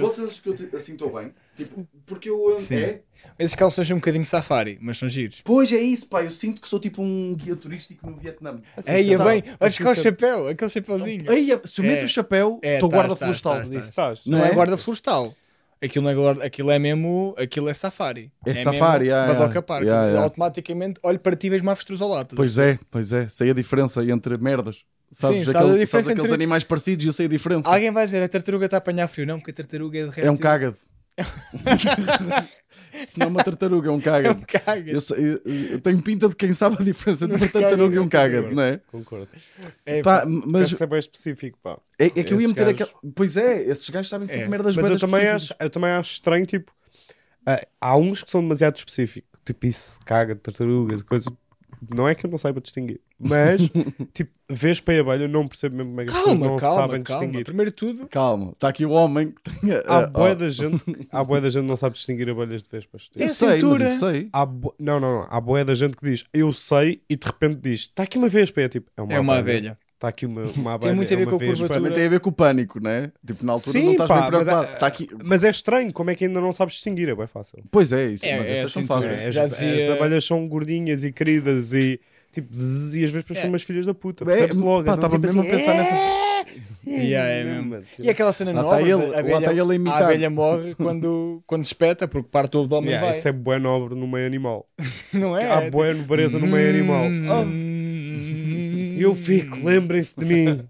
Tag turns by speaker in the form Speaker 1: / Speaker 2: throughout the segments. Speaker 1: Vocês acham que eu te- assim estou bem? Tipo, porque eu.
Speaker 2: Sim.
Speaker 1: É?
Speaker 2: Esses calções são um bocadinho safari, mas são giros.
Speaker 1: Pois é isso, pá. Eu sinto que sou tipo um guia turístico no Vietnã.
Speaker 3: Assim,
Speaker 2: Ei, é
Speaker 4: Sabe?
Speaker 2: bem, vai buscar o
Speaker 4: Sim,
Speaker 2: chapéu, aquele chapéuzinho.
Speaker 4: Aí, se eu meto
Speaker 2: É.
Speaker 4: o chapéu,
Speaker 2: É,
Speaker 4: estou
Speaker 2: tá,
Speaker 4: guarda
Speaker 2: tá,
Speaker 4: florestal
Speaker 2: tá, tá.
Speaker 4: disso.
Speaker 3: Estás?
Speaker 2: Não,
Speaker 4: Não
Speaker 2: é?
Speaker 4: é?
Speaker 2: guarda florestal. Aquilo, não é guarda- aquilo é mesmo. Aquilo é safari.
Speaker 3: É safari,
Speaker 2: mesmo
Speaker 3: yeah, yeah.
Speaker 2: Badoca Park.
Speaker 3: Yeah, yeah.
Speaker 2: Automaticamente olho para ti e vejo-me avestruz ao lado.
Speaker 3: Pois é, pois é. Sei a diferença entre merdas. Sabes,
Speaker 2: Sim,
Speaker 3: aquele-
Speaker 2: sabe a
Speaker 3: sabes
Speaker 2: diferença
Speaker 3: aqueles
Speaker 2: entre-
Speaker 3: animais parecidos e eu sei a diferença.
Speaker 2: Alguém vai dizer a tartaruga está a apanhar frio. Não, porque a tartaruga é de réptil.
Speaker 3: É um cágado. Se não é uma tartaruga, é um
Speaker 2: É
Speaker 3: cágado.
Speaker 2: um caga.
Speaker 3: Eu, sei- eu- eu tenho pinta de quem sabe a diferença entre uma tartaruga e um cágado, não é? Concordo.
Speaker 2: É,
Speaker 3: Pá, mas
Speaker 4: Esse é bem específico, pá.
Speaker 3: é, é que eu ia
Speaker 4: Esses
Speaker 3: meter
Speaker 4: gajos-
Speaker 3: aquela. Pois é, esses gajos sabem sempre
Speaker 2: É,
Speaker 3: merdas
Speaker 4: Mas eu
Speaker 3: bué
Speaker 4: também,
Speaker 3: específicas.
Speaker 4: acho, eu também acho estranho, tipo, ah, há uns que são demasiado específicos, tipo isso, caga, de tartarugas, coisas. Não é que eu não saiba distinguir, mas, tipo, vespa e abelha, eu não percebo mesmo como é que as pessoas
Speaker 2: Calma,
Speaker 4: não
Speaker 2: calma,
Speaker 4: sabem
Speaker 2: calma. eh,
Speaker 4: distinguir.
Speaker 2: Primeiro de tudo,
Speaker 3: Calma, está aqui o homem que tem a.
Speaker 4: Há
Speaker 3: a-
Speaker 4: boé
Speaker 3: a-
Speaker 4: da gente, há bué da gente que não sabe distinguir abelhas de vespas. tipo.
Speaker 2: É
Speaker 3: Eu sei, mas
Speaker 2: cintura.
Speaker 3: eu sei.
Speaker 4: Há bo- Não, não, não. Há boé da gente que diz, eu sei, e de repente diz, está aqui uma vespa. E é tipo, é uma,
Speaker 2: é uma abelha.
Speaker 4: Está aqui uma, uma abelha.
Speaker 2: Tem muito a
Speaker 4: é
Speaker 2: ver
Speaker 4: uma
Speaker 2: com a
Speaker 4: vespa."
Speaker 2: curvatura.
Speaker 3: Também tem a ver com o pânico, não é? Tipo, na altura
Speaker 4: Sim,
Speaker 3: não estás
Speaker 4: pá,
Speaker 3: bem preocupado.
Speaker 4: mas, ah,
Speaker 3: Está aqui.
Speaker 4: Mas é estranho, como é que ainda não sabes distinguir? É bem fácil.
Speaker 3: Pois é, isso.
Speaker 2: É,
Speaker 3: mas
Speaker 2: é
Speaker 3: essas são
Speaker 2: cintura.
Speaker 3: fáceis.
Speaker 2: É,
Speaker 4: as,
Speaker 2: já
Speaker 4: as
Speaker 2: dizia-
Speaker 4: abelhas são gordinhas e queridas e tipo, zzz, e às vezes
Speaker 2: É.
Speaker 4: são umas filhas da puta.
Speaker 3: Bem,
Speaker 4: Percebes logo.
Speaker 3: pá,
Speaker 4: não?
Speaker 3: estava
Speaker 4: Tipo
Speaker 3: mesmo
Speaker 4: assim,
Speaker 3: a pensar nessa.
Speaker 2: Yeah, é mesmo.
Speaker 4: mano, tipo,
Speaker 2: E aquela cena
Speaker 3: Lá
Speaker 2: nova,
Speaker 3: está ele,
Speaker 2: de
Speaker 3: lá está ele a
Speaker 2: abelha,
Speaker 3: imitar.
Speaker 2: a abelha morre quando, quando espeta, porque parte do abdômen
Speaker 4: yeah,
Speaker 2: vai.
Speaker 4: Isso é bué nobre no meio animal.
Speaker 2: Não é?
Speaker 4: Há bué nobreza no meio animal. Ah,
Speaker 2: Hum.
Speaker 4: Eu fico, lembrem-se de mim.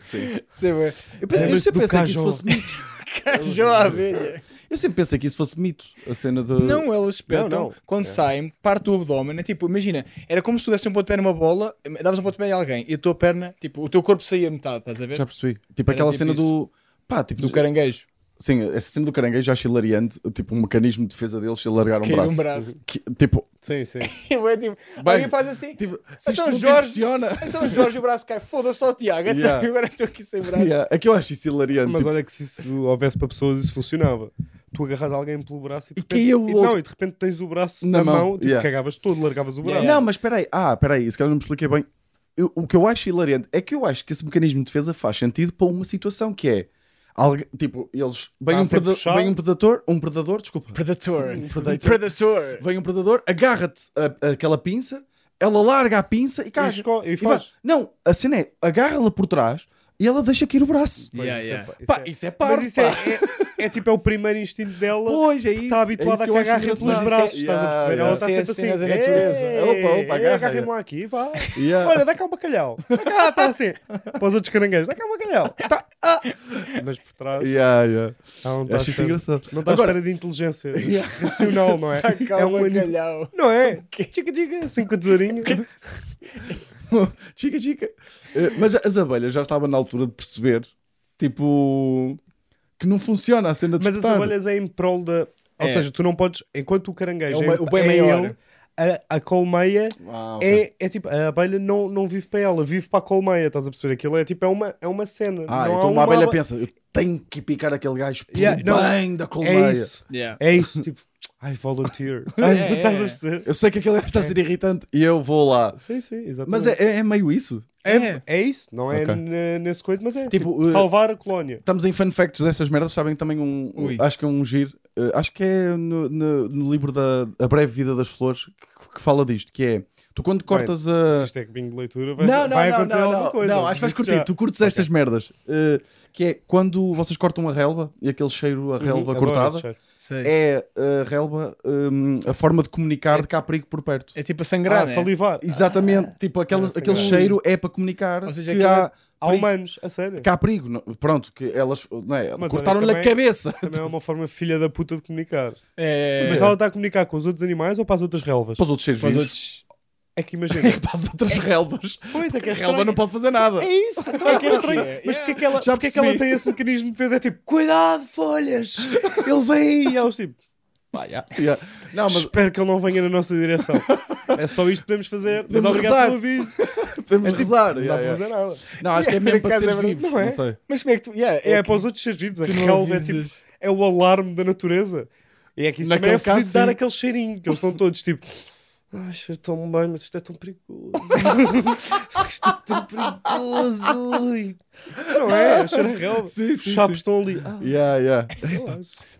Speaker 3: Sim.
Speaker 2: Isso é bué.
Speaker 3: Eu, penso, eu
Speaker 4: Lembras-te
Speaker 3: sempre
Speaker 4: do
Speaker 3: pensei que isso
Speaker 4: cajó?
Speaker 3: fosse mito.
Speaker 2: Cajou a abelha.
Speaker 3: Eu sempre pensei que isso fosse mito. A cena do.
Speaker 2: Não, elas espetam,
Speaker 4: Não, não.
Speaker 2: quando
Speaker 4: É.
Speaker 2: saem, parte do abdômen. É tipo, imagina, era como se tu desse um ponto de pé numa bola, davas um ponto de pé a alguém e a tua perna, tipo, o teu corpo saía a metade, estás a ver?
Speaker 3: Já percebi. Tipo
Speaker 2: Era
Speaker 3: aquela
Speaker 2: tipo
Speaker 3: cena
Speaker 2: isso.
Speaker 3: do. Pá, tipo.
Speaker 2: Do caranguejo.
Speaker 3: Sim, essa cena do caranguejo eu acho hilariante. Tipo, um mecanismo de defesa deles se largar um
Speaker 2: Cair
Speaker 3: braço.
Speaker 2: um braço.
Speaker 3: Que- tipo,
Speaker 4: Sim, sim.
Speaker 2: é tipo,
Speaker 3: Bem,
Speaker 2: alguém faz assim.
Speaker 3: tipo, se isto
Speaker 2: Então,
Speaker 3: não te
Speaker 2: Jorge-
Speaker 3: impressiona.
Speaker 2: Então Jorge o braço cai, foda-se só o Tiago, então
Speaker 3: Yeah.
Speaker 2: agora estou aqui sem braço.
Speaker 3: Yeah, é que eu acho isso hilariante.
Speaker 4: Mas
Speaker 3: Tipo,
Speaker 4: olha que se isso houvesse para pessoas, isso funcionava. Tu agarras alguém pelo braço e
Speaker 3: E
Speaker 4: de repente,
Speaker 3: caía o
Speaker 4: e
Speaker 3: outro.
Speaker 4: não, e de repente tens o braço
Speaker 3: Na
Speaker 4: na,
Speaker 3: mão,
Speaker 4: mão, tipo,
Speaker 3: yeah.
Speaker 4: cagavas todo, largavas o braço.
Speaker 2: Yeah.
Speaker 3: Não, mas espera aí. Ah, espera aí. Se calhar não me expliquei bem. Eu- o que eu acho hilariante é que eu acho que esse mecanismo de defesa faz sentido para uma situação que é. algu- tipo, eles. Vem,
Speaker 4: Tá a
Speaker 3: um,
Speaker 4: ser
Speaker 3: preda-
Speaker 4: puxado.
Speaker 3: vem um predador. Um predador, desculpa. Um
Speaker 2: Predator.
Speaker 3: Predator.
Speaker 2: Predator.
Speaker 3: Vem um predador, agarra-te a- aquela pinça, ela larga a pinça e
Speaker 4: E,
Speaker 3: cai.
Speaker 4: esco- e
Speaker 3: E vai-
Speaker 4: faz.
Speaker 3: Não, a cena é agarra-la por trás e ela deixa cair o braço.
Speaker 4: Pois,
Speaker 2: Yeah,
Speaker 4: isso
Speaker 2: yeah.
Speaker 4: é- isso
Speaker 3: Pá,
Speaker 4: é-
Speaker 3: isso é
Speaker 4: Mas
Speaker 3: parvo.
Speaker 4: isso é,
Speaker 3: pá.
Speaker 4: é- é tipo, é o primeiro instinto dela.
Speaker 3: Pois é isso.
Speaker 4: Está habituada a cagar pelos braços, estás a perceber? Ela
Speaker 2: yeah. Essa
Speaker 4: está
Speaker 2: é
Speaker 4: sempre
Speaker 2: a
Speaker 4: assim.
Speaker 2: cena da natureza.
Speaker 4: "Ei,
Speaker 3: Opa, opa,
Speaker 4: ei,
Speaker 3: agarra,
Speaker 4: agarrem-me
Speaker 3: yeah.
Speaker 4: lá aqui, vá.
Speaker 3: Yeah.
Speaker 4: Olha, dá cá um bacalhau. Dá cá, está assim. Para os outros caranguejos, dá cá um bacalhau. Tá, ah. Mas por trás,
Speaker 3: Yeah, yeah.
Speaker 4: ela não está à
Speaker 3: Acho isso
Speaker 4: espera-
Speaker 3: engraçado.
Speaker 4: não está à
Speaker 3: Agora-
Speaker 4: espera de inteligência racional, não é?
Speaker 2: Saca
Speaker 4: É
Speaker 2: o
Speaker 4: um ani-
Speaker 2: bacalhau.
Speaker 4: Não é? Diga, diga, assim com o tesourinho.
Speaker 3: Chica, chica. Eh, Mas as abelhas já estavam na altura de perceber, tipo, que não funciona a cena de
Speaker 4: Mas as
Speaker 3: espetar.
Speaker 4: abelhas é em prol da. Ou
Speaker 2: É.
Speaker 4: seja, tu não podes. Enquanto o caranguejo
Speaker 2: É uma-
Speaker 4: é,
Speaker 2: o bem
Speaker 4: é
Speaker 2: maior.
Speaker 4: ele, a, a colmeia
Speaker 3: Ah, ok.
Speaker 4: é, é tipo. A abelha não, não vive para ela, vive para a colmeia, estás a perceber? Aquilo é tipo. É uma, é uma cena.
Speaker 3: Ah,
Speaker 4: não há
Speaker 3: então uma abelha
Speaker 4: abe-
Speaker 3: pensa, eu tenho que picar aquele gajo pelo
Speaker 4: Yeah, não,
Speaker 3: bem da colmeia.
Speaker 4: É isso.
Speaker 2: Yeah.
Speaker 4: É isso. Tipo. Ai, volunteer. Ai,
Speaker 2: É, é,
Speaker 4: estás a
Speaker 2: é.
Speaker 4: perceber?
Speaker 3: Eu sei que aquele gajo está a
Speaker 4: É.
Speaker 3: ser irritante e eu vou lá.
Speaker 4: Sim, sim, exatamente.
Speaker 3: Mas é, é- é meio isso.
Speaker 4: É, é isso. Não é
Speaker 3: Ok.
Speaker 4: n- nesse coito, mas é.
Speaker 3: Tipo,
Speaker 4: Tipo,
Speaker 3: uh,
Speaker 4: salvar a colónia.
Speaker 3: Estamos em fun facts destas merdas, sabem que também um, um-
Speaker 2: Ui.
Speaker 3: acho que é um giro, eh, acho que é no, no- no livro da A Breve Vida das Flores que, que fala disto, que é, tu quando cortas
Speaker 4: Se
Speaker 3: a...
Speaker 4: isto é que bingo de leitura, vai,
Speaker 3: Não, não,
Speaker 4: vai
Speaker 3: não,
Speaker 4: acontecer
Speaker 3: não,
Speaker 4: alguma
Speaker 3: não,
Speaker 4: coisa.
Speaker 3: não, acho que vais
Speaker 4: Digo-te
Speaker 3: curtir,
Speaker 4: já.
Speaker 3: tu curtes estas merdas, eh, que é quando vocês cortam a relva e aquele cheiro a
Speaker 4: Uhum,
Speaker 3: relva
Speaker 4: adoro
Speaker 3: cortada,
Speaker 4: esse cheiro.
Speaker 2: Sei. É,
Speaker 3: é a relva hum, a forma de comunicar de que há perigo por perto.
Speaker 2: tipo a
Speaker 4: É. Ah,
Speaker 2: sangrar, né?
Speaker 4: salivar.
Speaker 3: Exatamente, tipo aquele,
Speaker 4: essa
Speaker 3: aquele
Speaker 4: grande.
Speaker 3: cheiro é para comunicar
Speaker 2: Ou seja,
Speaker 3: que,
Speaker 2: aquilo
Speaker 3: há,
Speaker 4: Há humanos, a sério.
Speaker 3: que há perigo. Não- Pronto, que elas não é,
Speaker 4: é- olha,
Speaker 3: cortaram-lhe a
Speaker 4: também-
Speaker 3: cabeça.
Speaker 4: Também é uma forma filha da puta de comunicar.
Speaker 2: É,
Speaker 4: Mas ela está a comunicar com os outros animais ou para as outras relvas?
Speaker 3: Para os outros seres
Speaker 2: para os
Speaker 3: vivos.
Speaker 2: outros...
Speaker 4: É que
Speaker 3: É
Speaker 4: imagina.
Speaker 3: que para as outras relvas.
Speaker 4: pois é que
Speaker 3: A
Speaker 4: é
Speaker 3: relva
Speaker 4: estranho.
Speaker 3: não pode fazer nada.
Speaker 4: É isso, então é que é estranho.
Speaker 2: Yeah.
Speaker 4: Mas porque é que ela,
Speaker 3: Já
Speaker 4: porque é que ela
Speaker 3: percebi.
Speaker 4: tem esse mecanismo de defesa? É tipo, cuidado, folhas! Ele vem aí! E elas tipo, pá, já.
Speaker 3: Yeah. Não, mas
Speaker 4: Espero que ele não venha na nossa direção. é só isto que podemos fazer.
Speaker 3: Podemos
Speaker 4: mas obrigado
Speaker 3: rezar.
Speaker 4: pelo um aviso.
Speaker 3: podemos rezar.
Speaker 4: é tipo, Não
Speaker 3: yeah,
Speaker 4: dá para
Speaker 3: yeah.
Speaker 4: fazer nada.
Speaker 3: Não, acho que é mesmo
Speaker 4: Por
Speaker 3: para
Speaker 4: acaso é
Speaker 3: seres
Speaker 4: verdade,
Speaker 3: vivos.
Speaker 4: não é?
Speaker 3: Não sei.
Speaker 2: Mas como é que tu... Yeah,
Speaker 4: É,
Speaker 2: é, que
Speaker 4: para os outros seres vivos. A
Speaker 2: tu não
Speaker 4: relva é tipo,
Speaker 2: avisas.
Speaker 4: é o alarme da natureza. E é que isso
Speaker 3: Naquele
Speaker 4: também é
Speaker 3: caso,
Speaker 4: fodido de dar
Speaker 3: sim.
Speaker 4: aquele cheirinho. Que eles estão todos tipo, Ai, cheiro tão bem, mas isto é tão perigoso. isto é tão perigoso. Ui. Não é? Cheiro real.
Speaker 3: Sim,
Speaker 4: Os chapos estão ali. Ah,
Speaker 3: Yeah, yeah.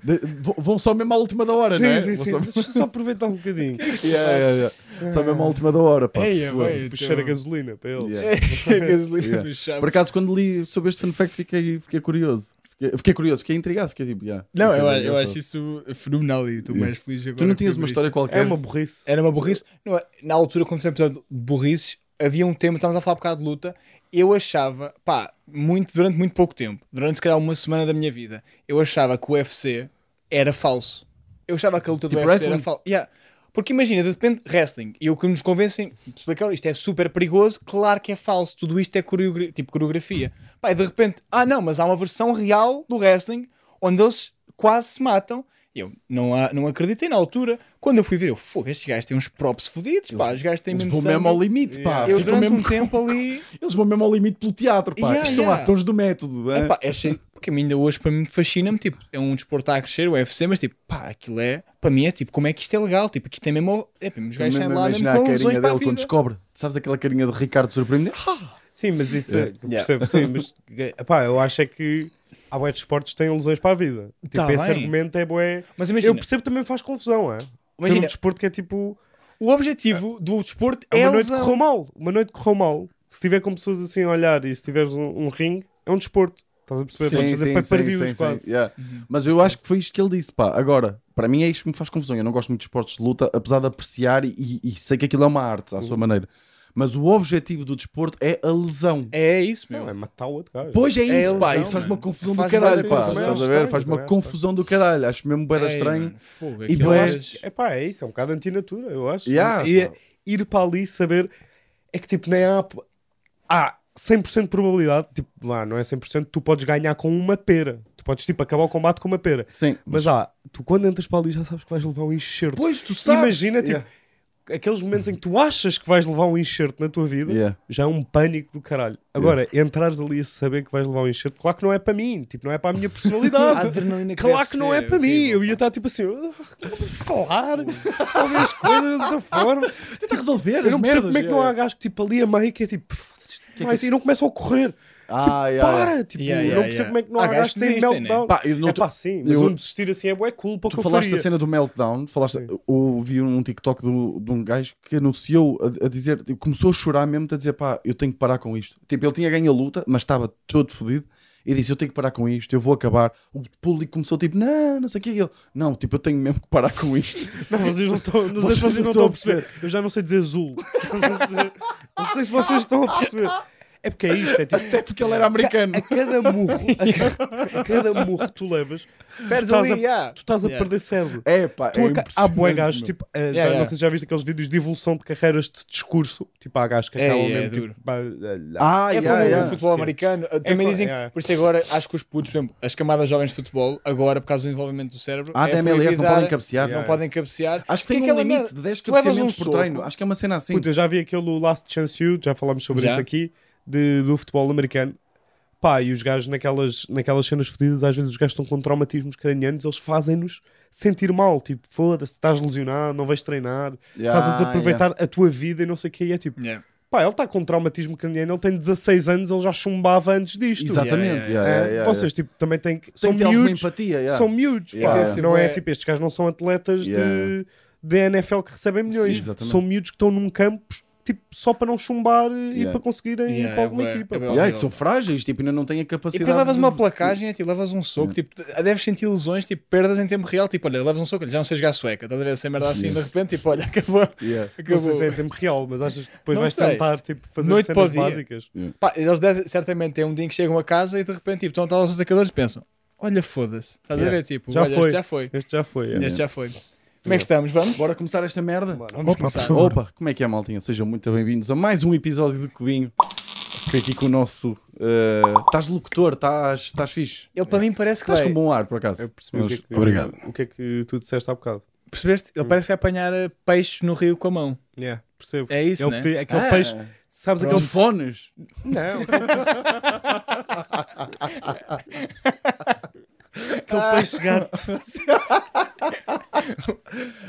Speaker 3: De- v- vão só mesmo à última da hora,
Speaker 4: sim,
Speaker 3: não é?
Speaker 4: sim,
Speaker 3: Vão
Speaker 4: sim.
Speaker 3: Só...
Speaker 4: Deixa eu só aproveitar um bocadinho.
Speaker 3: Yeah, yeah, yeah. Só mesmo à última da hora, pá.
Speaker 2: Ei, é
Speaker 3: Foda-se.
Speaker 2: bem. é
Speaker 4: Puxar Tipo, a gasolina para eles.
Speaker 3: Yeah.
Speaker 2: a gasolina
Speaker 3: Yeah.
Speaker 2: do chá.
Speaker 3: Por acaso, quando li sobre este fun fact, fiquei, fiquei curioso. Fiquei, fiquei curioso, fiquei intrigado. Fiquei tipo, yeah,
Speaker 2: Não,
Speaker 3: isso é
Speaker 2: eu,
Speaker 3: bem
Speaker 2: acho- eu
Speaker 3: engraçado.
Speaker 2: acho isso fenomenal e estou
Speaker 3: Yeah.
Speaker 2: mais feliz agora.
Speaker 3: Tu não
Speaker 2: por
Speaker 3: tinhas uma
Speaker 2: isto.
Speaker 3: história qualquer?
Speaker 4: É uma burrice.
Speaker 2: Era uma burrice. Não, na altura, quando fizemos episódio de burrices, havia um tema, estávamos a falar um bocado de luta. Eu achava, pá, muito, durante muito pouco tempo, durante se calhar uma semana da minha vida, eu achava que o UFC era falso. Eu achava que a luta do
Speaker 3: Tipo
Speaker 2: UFC era
Speaker 3: wrestling?
Speaker 2: falsa. Yeah. Porque imagina, de repente, wrestling, e o que nos convencem, explicaram, isto é super perigoso, claro que é falso, tudo isto é coreogra- tipo coreografia. Pá, e de repente, ah não, mas há uma versão real do wrestling onde eles quase se matam. E Eu não, a- não acreditei na altura. Quando eu fui ver, eu, fogo, estes gajos têm uns props fodidos, pá, os gajos têm
Speaker 3: Eles
Speaker 2: mesmo
Speaker 3: vão mesmo
Speaker 2: sangue."
Speaker 3: ao limite, pá.
Speaker 2: Eu
Speaker 3: Ficam
Speaker 2: durante
Speaker 3: mesmo
Speaker 2: um tempo ali...
Speaker 3: Eles vão mesmo ao limite pelo teatro, pá.
Speaker 2: Yeah,
Speaker 3: Isto são
Speaker 2: yeah.
Speaker 3: atores do método. é? hã?
Speaker 2: Epá, achei, É porque a mim ainda hoje para mim fascina-me, tipo, é um desporto a crescer, o UFC, mas tipo, pá, aquilo é, para mim é tipo, como é que isto é legal? Tipo, aqui tem mesmo, é, pá, os
Speaker 3: Mesmo
Speaker 2: gajos saem lá mesmo
Speaker 3: imaginar
Speaker 2: com
Speaker 3: a
Speaker 2: lesões
Speaker 3: carinha
Speaker 2: para a
Speaker 3: dele quando
Speaker 2: vida.
Speaker 3: descobre. Sabes aquela carinha de Ricardo surpreendente?
Speaker 4: Sim, mas isso é.
Speaker 3: Yeah.
Speaker 4: Percebo, sim, mas. Epá, eu acho é que há bué de esportes que têm lesões para a vida. Tipo,
Speaker 2: Tá
Speaker 4: esse
Speaker 2: bem.
Speaker 4: argumento é bué.
Speaker 2: Mas imagina,
Speaker 4: Eu percebo também faz confusão, é? Imagina.
Speaker 2: Imagina.
Speaker 4: um desporto que é tipo.
Speaker 2: o objetivo do desporto
Speaker 4: É
Speaker 2: é,
Speaker 4: uma
Speaker 2: a
Speaker 4: noite que
Speaker 2: lesão.
Speaker 4: correu mal. Uma noite que correu mal. Se tiver com pessoas assim a olhar e se tiveres um, um ringue, é um desporto. Estás a perceber? Podes fazer pay-per-views quase.
Speaker 3: yeah. Mas eu acho que foi isto que ele disse, pá. Agora, para mim é isto que me faz confusão. Eu não gosto muito de esportes de luta, apesar de apreciar e- e, e sei que aquilo é uma arte, à sua maneira. Mas o objetivo do desporto é a lesão.
Speaker 2: É isso,
Speaker 4: Não,
Speaker 2: meu.
Speaker 4: é matar o outro gajo.
Speaker 3: Pois é isso,
Speaker 2: lesão,
Speaker 3: pá. Isso faz
Speaker 2: mano.
Speaker 3: uma confusão
Speaker 2: Faz
Speaker 3: do caralho,
Speaker 2: bué
Speaker 3: pá.
Speaker 2: confusão.
Speaker 3: Estás a ver? Faz uma
Speaker 4: Também acho
Speaker 3: confusão do caralho. Acho mesmo bem
Speaker 2: Ei,
Speaker 3: estranho.
Speaker 2: mano, fogo,
Speaker 3: E
Speaker 2: aquilo
Speaker 3: bué-
Speaker 2: é-
Speaker 4: Epá, é isso, é um bocado antinatura, eu acho.
Speaker 3: Yeah.
Speaker 4: E é ir para ali saber. É que tipo, nem há. Há 100% de probabilidade, tipo, lá, não é 100%, tu podes ganhar com uma pera. Tu podes, tipo, acabar o combate com uma pera.
Speaker 3: Sim.
Speaker 4: Mas ah, lá, tu quando entras para ali já sabes que vais levar um enxerto.
Speaker 3: Pois, tu sabes.
Speaker 4: Imagina, tipo,
Speaker 3: Yeah.
Speaker 4: aqueles momentos em que tu achas que vais levar um enxerto na tua vida,
Speaker 3: Yeah.
Speaker 4: já é um pânico do caralho. Agora, entrares ali a saber que vais levar um enxerto, claro que não é para mim, tipo, não é para a minha
Speaker 2: A
Speaker 4: personalidade.
Speaker 2: adrenalina que
Speaker 4: Claro
Speaker 2: deve
Speaker 4: que não é
Speaker 2: ser,
Speaker 4: para mim.
Speaker 2: horrível,
Speaker 4: Eu ia estar tipo assim, "Ah, como é que falar, resolver as coisas de outra forma.
Speaker 3: Tenta resolver
Speaker 4: Eu
Speaker 3: as
Speaker 4: não
Speaker 3: merdas.
Speaker 4: percebo como é que não há gajo que tipo ali a meio que é tipo, "Foda-se, isto não é isso", e não começam a correr.
Speaker 3: Ah, yeah, yeah.
Speaker 4: Para, tipo,
Speaker 2: Yeah,
Speaker 4: eu
Speaker 2: yeah,
Speaker 4: não
Speaker 2: yeah.
Speaker 4: percebo como é que não há,
Speaker 2: Há
Speaker 4: gajo
Speaker 2: gajos
Speaker 4: que
Speaker 2: que
Speaker 4: tem
Speaker 2: desistem, né?
Speaker 4: meltdown.
Speaker 3: Pá, eu não
Speaker 4: é
Speaker 3: tô-
Speaker 4: pá, sim, mas
Speaker 3: eu-
Speaker 4: um desistir assim é bué cool para o que
Speaker 3: Tu
Speaker 4: eu
Speaker 3: falaste da
Speaker 4: faria.
Speaker 3: cena do meltdown, falaste,
Speaker 4: Sim.
Speaker 3: ouvi um TikTok do, de um gajo que anunciou a, a dizer, tipo, começou a chorar mesmo, a dizer pá, eu tenho que parar com isto. Tipo, ele tinha ganho a luta, mas estava todo fodido e disse, eu tenho que parar com isto, eu vou acabar. O público começou tipo, não, não sei o que. Ele, não, tipo, eu tenho mesmo que parar com isto.
Speaker 4: Não, vocês não estão, não sei se
Speaker 3: Vocês
Speaker 4: vocês não estão a perceber. Eu já não sei dizer azul. Não sei- não sei se vocês estão a perceber. É porque é isto, é tipo,
Speaker 3: Até porque ele era americano.
Speaker 4: a cada murro, a, a cada murro que tu levas,
Speaker 2: Perdes ali,
Speaker 4: Estás
Speaker 2: ah.
Speaker 4: a-
Speaker 2: yeah.
Speaker 4: tu estás a
Speaker 2: Yeah.
Speaker 4: perder cérebro.
Speaker 3: É pá,
Speaker 4: Tu
Speaker 3: é
Speaker 4: aca- há bué
Speaker 3: impressionante,
Speaker 4: gajos,
Speaker 3: meu.
Speaker 4: tipo, eh, já,
Speaker 2: yeah.
Speaker 4: não sei se já viste aqueles vídeos de evolução de carreiras de discurso, tipo, há gajos que
Speaker 2: É,
Speaker 4: acabam
Speaker 2: é,
Speaker 4: mesmo,
Speaker 2: é duro.
Speaker 4: tipo, pá, eh,
Speaker 3: Ah,
Speaker 2: É
Speaker 3: yeah,
Speaker 2: como
Speaker 3: yeah.
Speaker 2: o futebol
Speaker 4: Sim.
Speaker 2: americano. Uh, Também
Speaker 4: como-
Speaker 2: dizem,
Speaker 4: yeah.
Speaker 2: por isso agora, acho que os putos, por exemplo, as camadas jovens de futebol, agora, por causa do envolvimento do cérebro,
Speaker 3: Ah,
Speaker 2: é
Speaker 3: da MLS, não
Speaker 2: proibida-
Speaker 3: podem cabecear.
Speaker 2: Não
Speaker 4: Yeah.
Speaker 2: podem cabecear.
Speaker 3: Acho que tem
Speaker 2: Porque
Speaker 3: um
Speaker 2: aquela
Speaker 3: limite
Speaker 2: merda-
Speaker 3: de 10
Speaker 2: tu levas um
Speaker 3: cabeceamentos por
Speaker 2: soco.
Speaker 3: treino. Acho que é uma cena assim.
Speaker 4: Puta, eu já vi aquele Last Chance You, já falámos sobre
Speaker 2: Já.
Speaker 4: isso aqui, de- do futebol americano. Pá, e os gajos naquelas, naquelas cenas fodidas, às vezes os gajos estão com traumatismos cranianos, eles fazem-nos sentir mal. Tipo, foda-se, estás lesionado, não vais treinar,
Speaker 3: Yeah,
Speaker 4: estás a desaproveitar a tua vida e não sei o quê. E é tipo,
Speaker 2: Yeah.
Speaker 4: pá, ele está com traumatismo craniano, ele tem 16 anos, ele já chumbava antes disto.
Speaker 3: Exatamente.
Speaker 2: Yeah,
Speaker 4: É,
Speaker 3: yeah, yeah, yeah,
Speaker 4: vocês, tipo, também têm que.
Speaker 3: Tem
Speaker 4: São
Speaker 3: que ter alguma
Speaker 4: miúdos,
Speaker 3: empatia. yeah.
Speaker 4: são miúdos,
Speaker 3: Yeah.
Speaker 4: pá.
Speaker 3: Tem que
Speaker 2: ser
Speaker 4: Não é
Speaker 2: bué-
Speaker 4: tipo, estes gajos não são atletas
Speaker 3: Yeah.
Speaker 4: de, de NFL que recebem
Speaker 3: Sim,
Speaker 4: milhões.
Speaker 3: exatamente.
Speaker 4: são miúdos que estão num campo tipo, só para não chumbar e
Speaker 3: Yeah.
Speaker 4: para conseguirem ir
Speaker 2: Yeah,
Speaker 4: para
Speaker 2: é
Speaker 4: alguma
Speaker 2: bué-
Speaker 4: equipa.
Speaker 2: é bué
Speaker 4: pá.
Speaker 3: E aí, que são frágeis, tipo, ainda não têm a
Speaker 2: E
Speaker 3: capacidade.
Speaker 2: depois levas
Speaker 3: de-
Speaker 2: uma placagem, tipo, levas um soco, tipo, deves sentir lesões, tipo, perdas em tempo real, tipo, olha, levas um soco, olha, já não sei jogar sueca, estás a ver essa merda assim, de repente, tipo, olha, acabou,
Speaker 3: Yeah.
Speaker 4: Não sei
Speaker 2: acabou.
Speaker 4: se é em tempo real, mas achas que depois
Speaker 2: Não
Speaker 4: vais
Speaker 2: sei.
Speaker 4: tentar tipo, fazer
Speaker 2: Noite para o
Speaker 4: cenas
Speaker 2: dia.
Speaker 4: básicas?
Speaker 2: Pá, eles devem- certamente têm um dia em que chegam a casa e de repente, tipo, estão lá os atacadores e pensam, olha, foda-se, estás a
Speaker 4: Yeah.
Speaker 2: ver, tipo,
Speaker 4: Já
Speaker 2: olha,
Speaker 4: foi.
Speaker 2: este já foi,
Speaker 4: Este já foi. é.
Speaker 2: este já foi. Como é que estamos, vamos?
Speaker 3: Bora começar esta merda?
Speaker 2: Vamos
Speaker 4: Opa,
Speaker 2: começar.
Speaker 4: por favor.
Speaker 3: Opa, como é que é, maltinha? Sejam muito bem-vindos a mais um episódio do Cubinho. Fiquei aqui com o nosso. eh, Estás locutor, estás estás fixe.
Speaker 2: Ele para mim parece que
Speaker 3: Estás com
Speaker 2: vai,
Speaker 3: bom ar, por acaso.
Speaker 4: Eu percebi o que, é que,
Speaker 3: Obrigado.
Speaker 4: o que é que tu disseste há bocado.
Speaker 2: percebeste?
Speaker 4: Hum.
Speaker 2: Ele parece que vai apanhar eh, peixes no rio com a mão.
Speaker 4: Yeah, percebo.
Speaker 2: É isso,
Speaker 4: Ele
Speaker 2: né?
Speaker 4: pedi- aquele
Speaker 3: Ah,
Speaker 4: peixe, sabes
Speaker 3: Aqueles
Speaker 4: aquele.
Speaker 3: fones.
Speaker 4: Não. aquele peixe gato.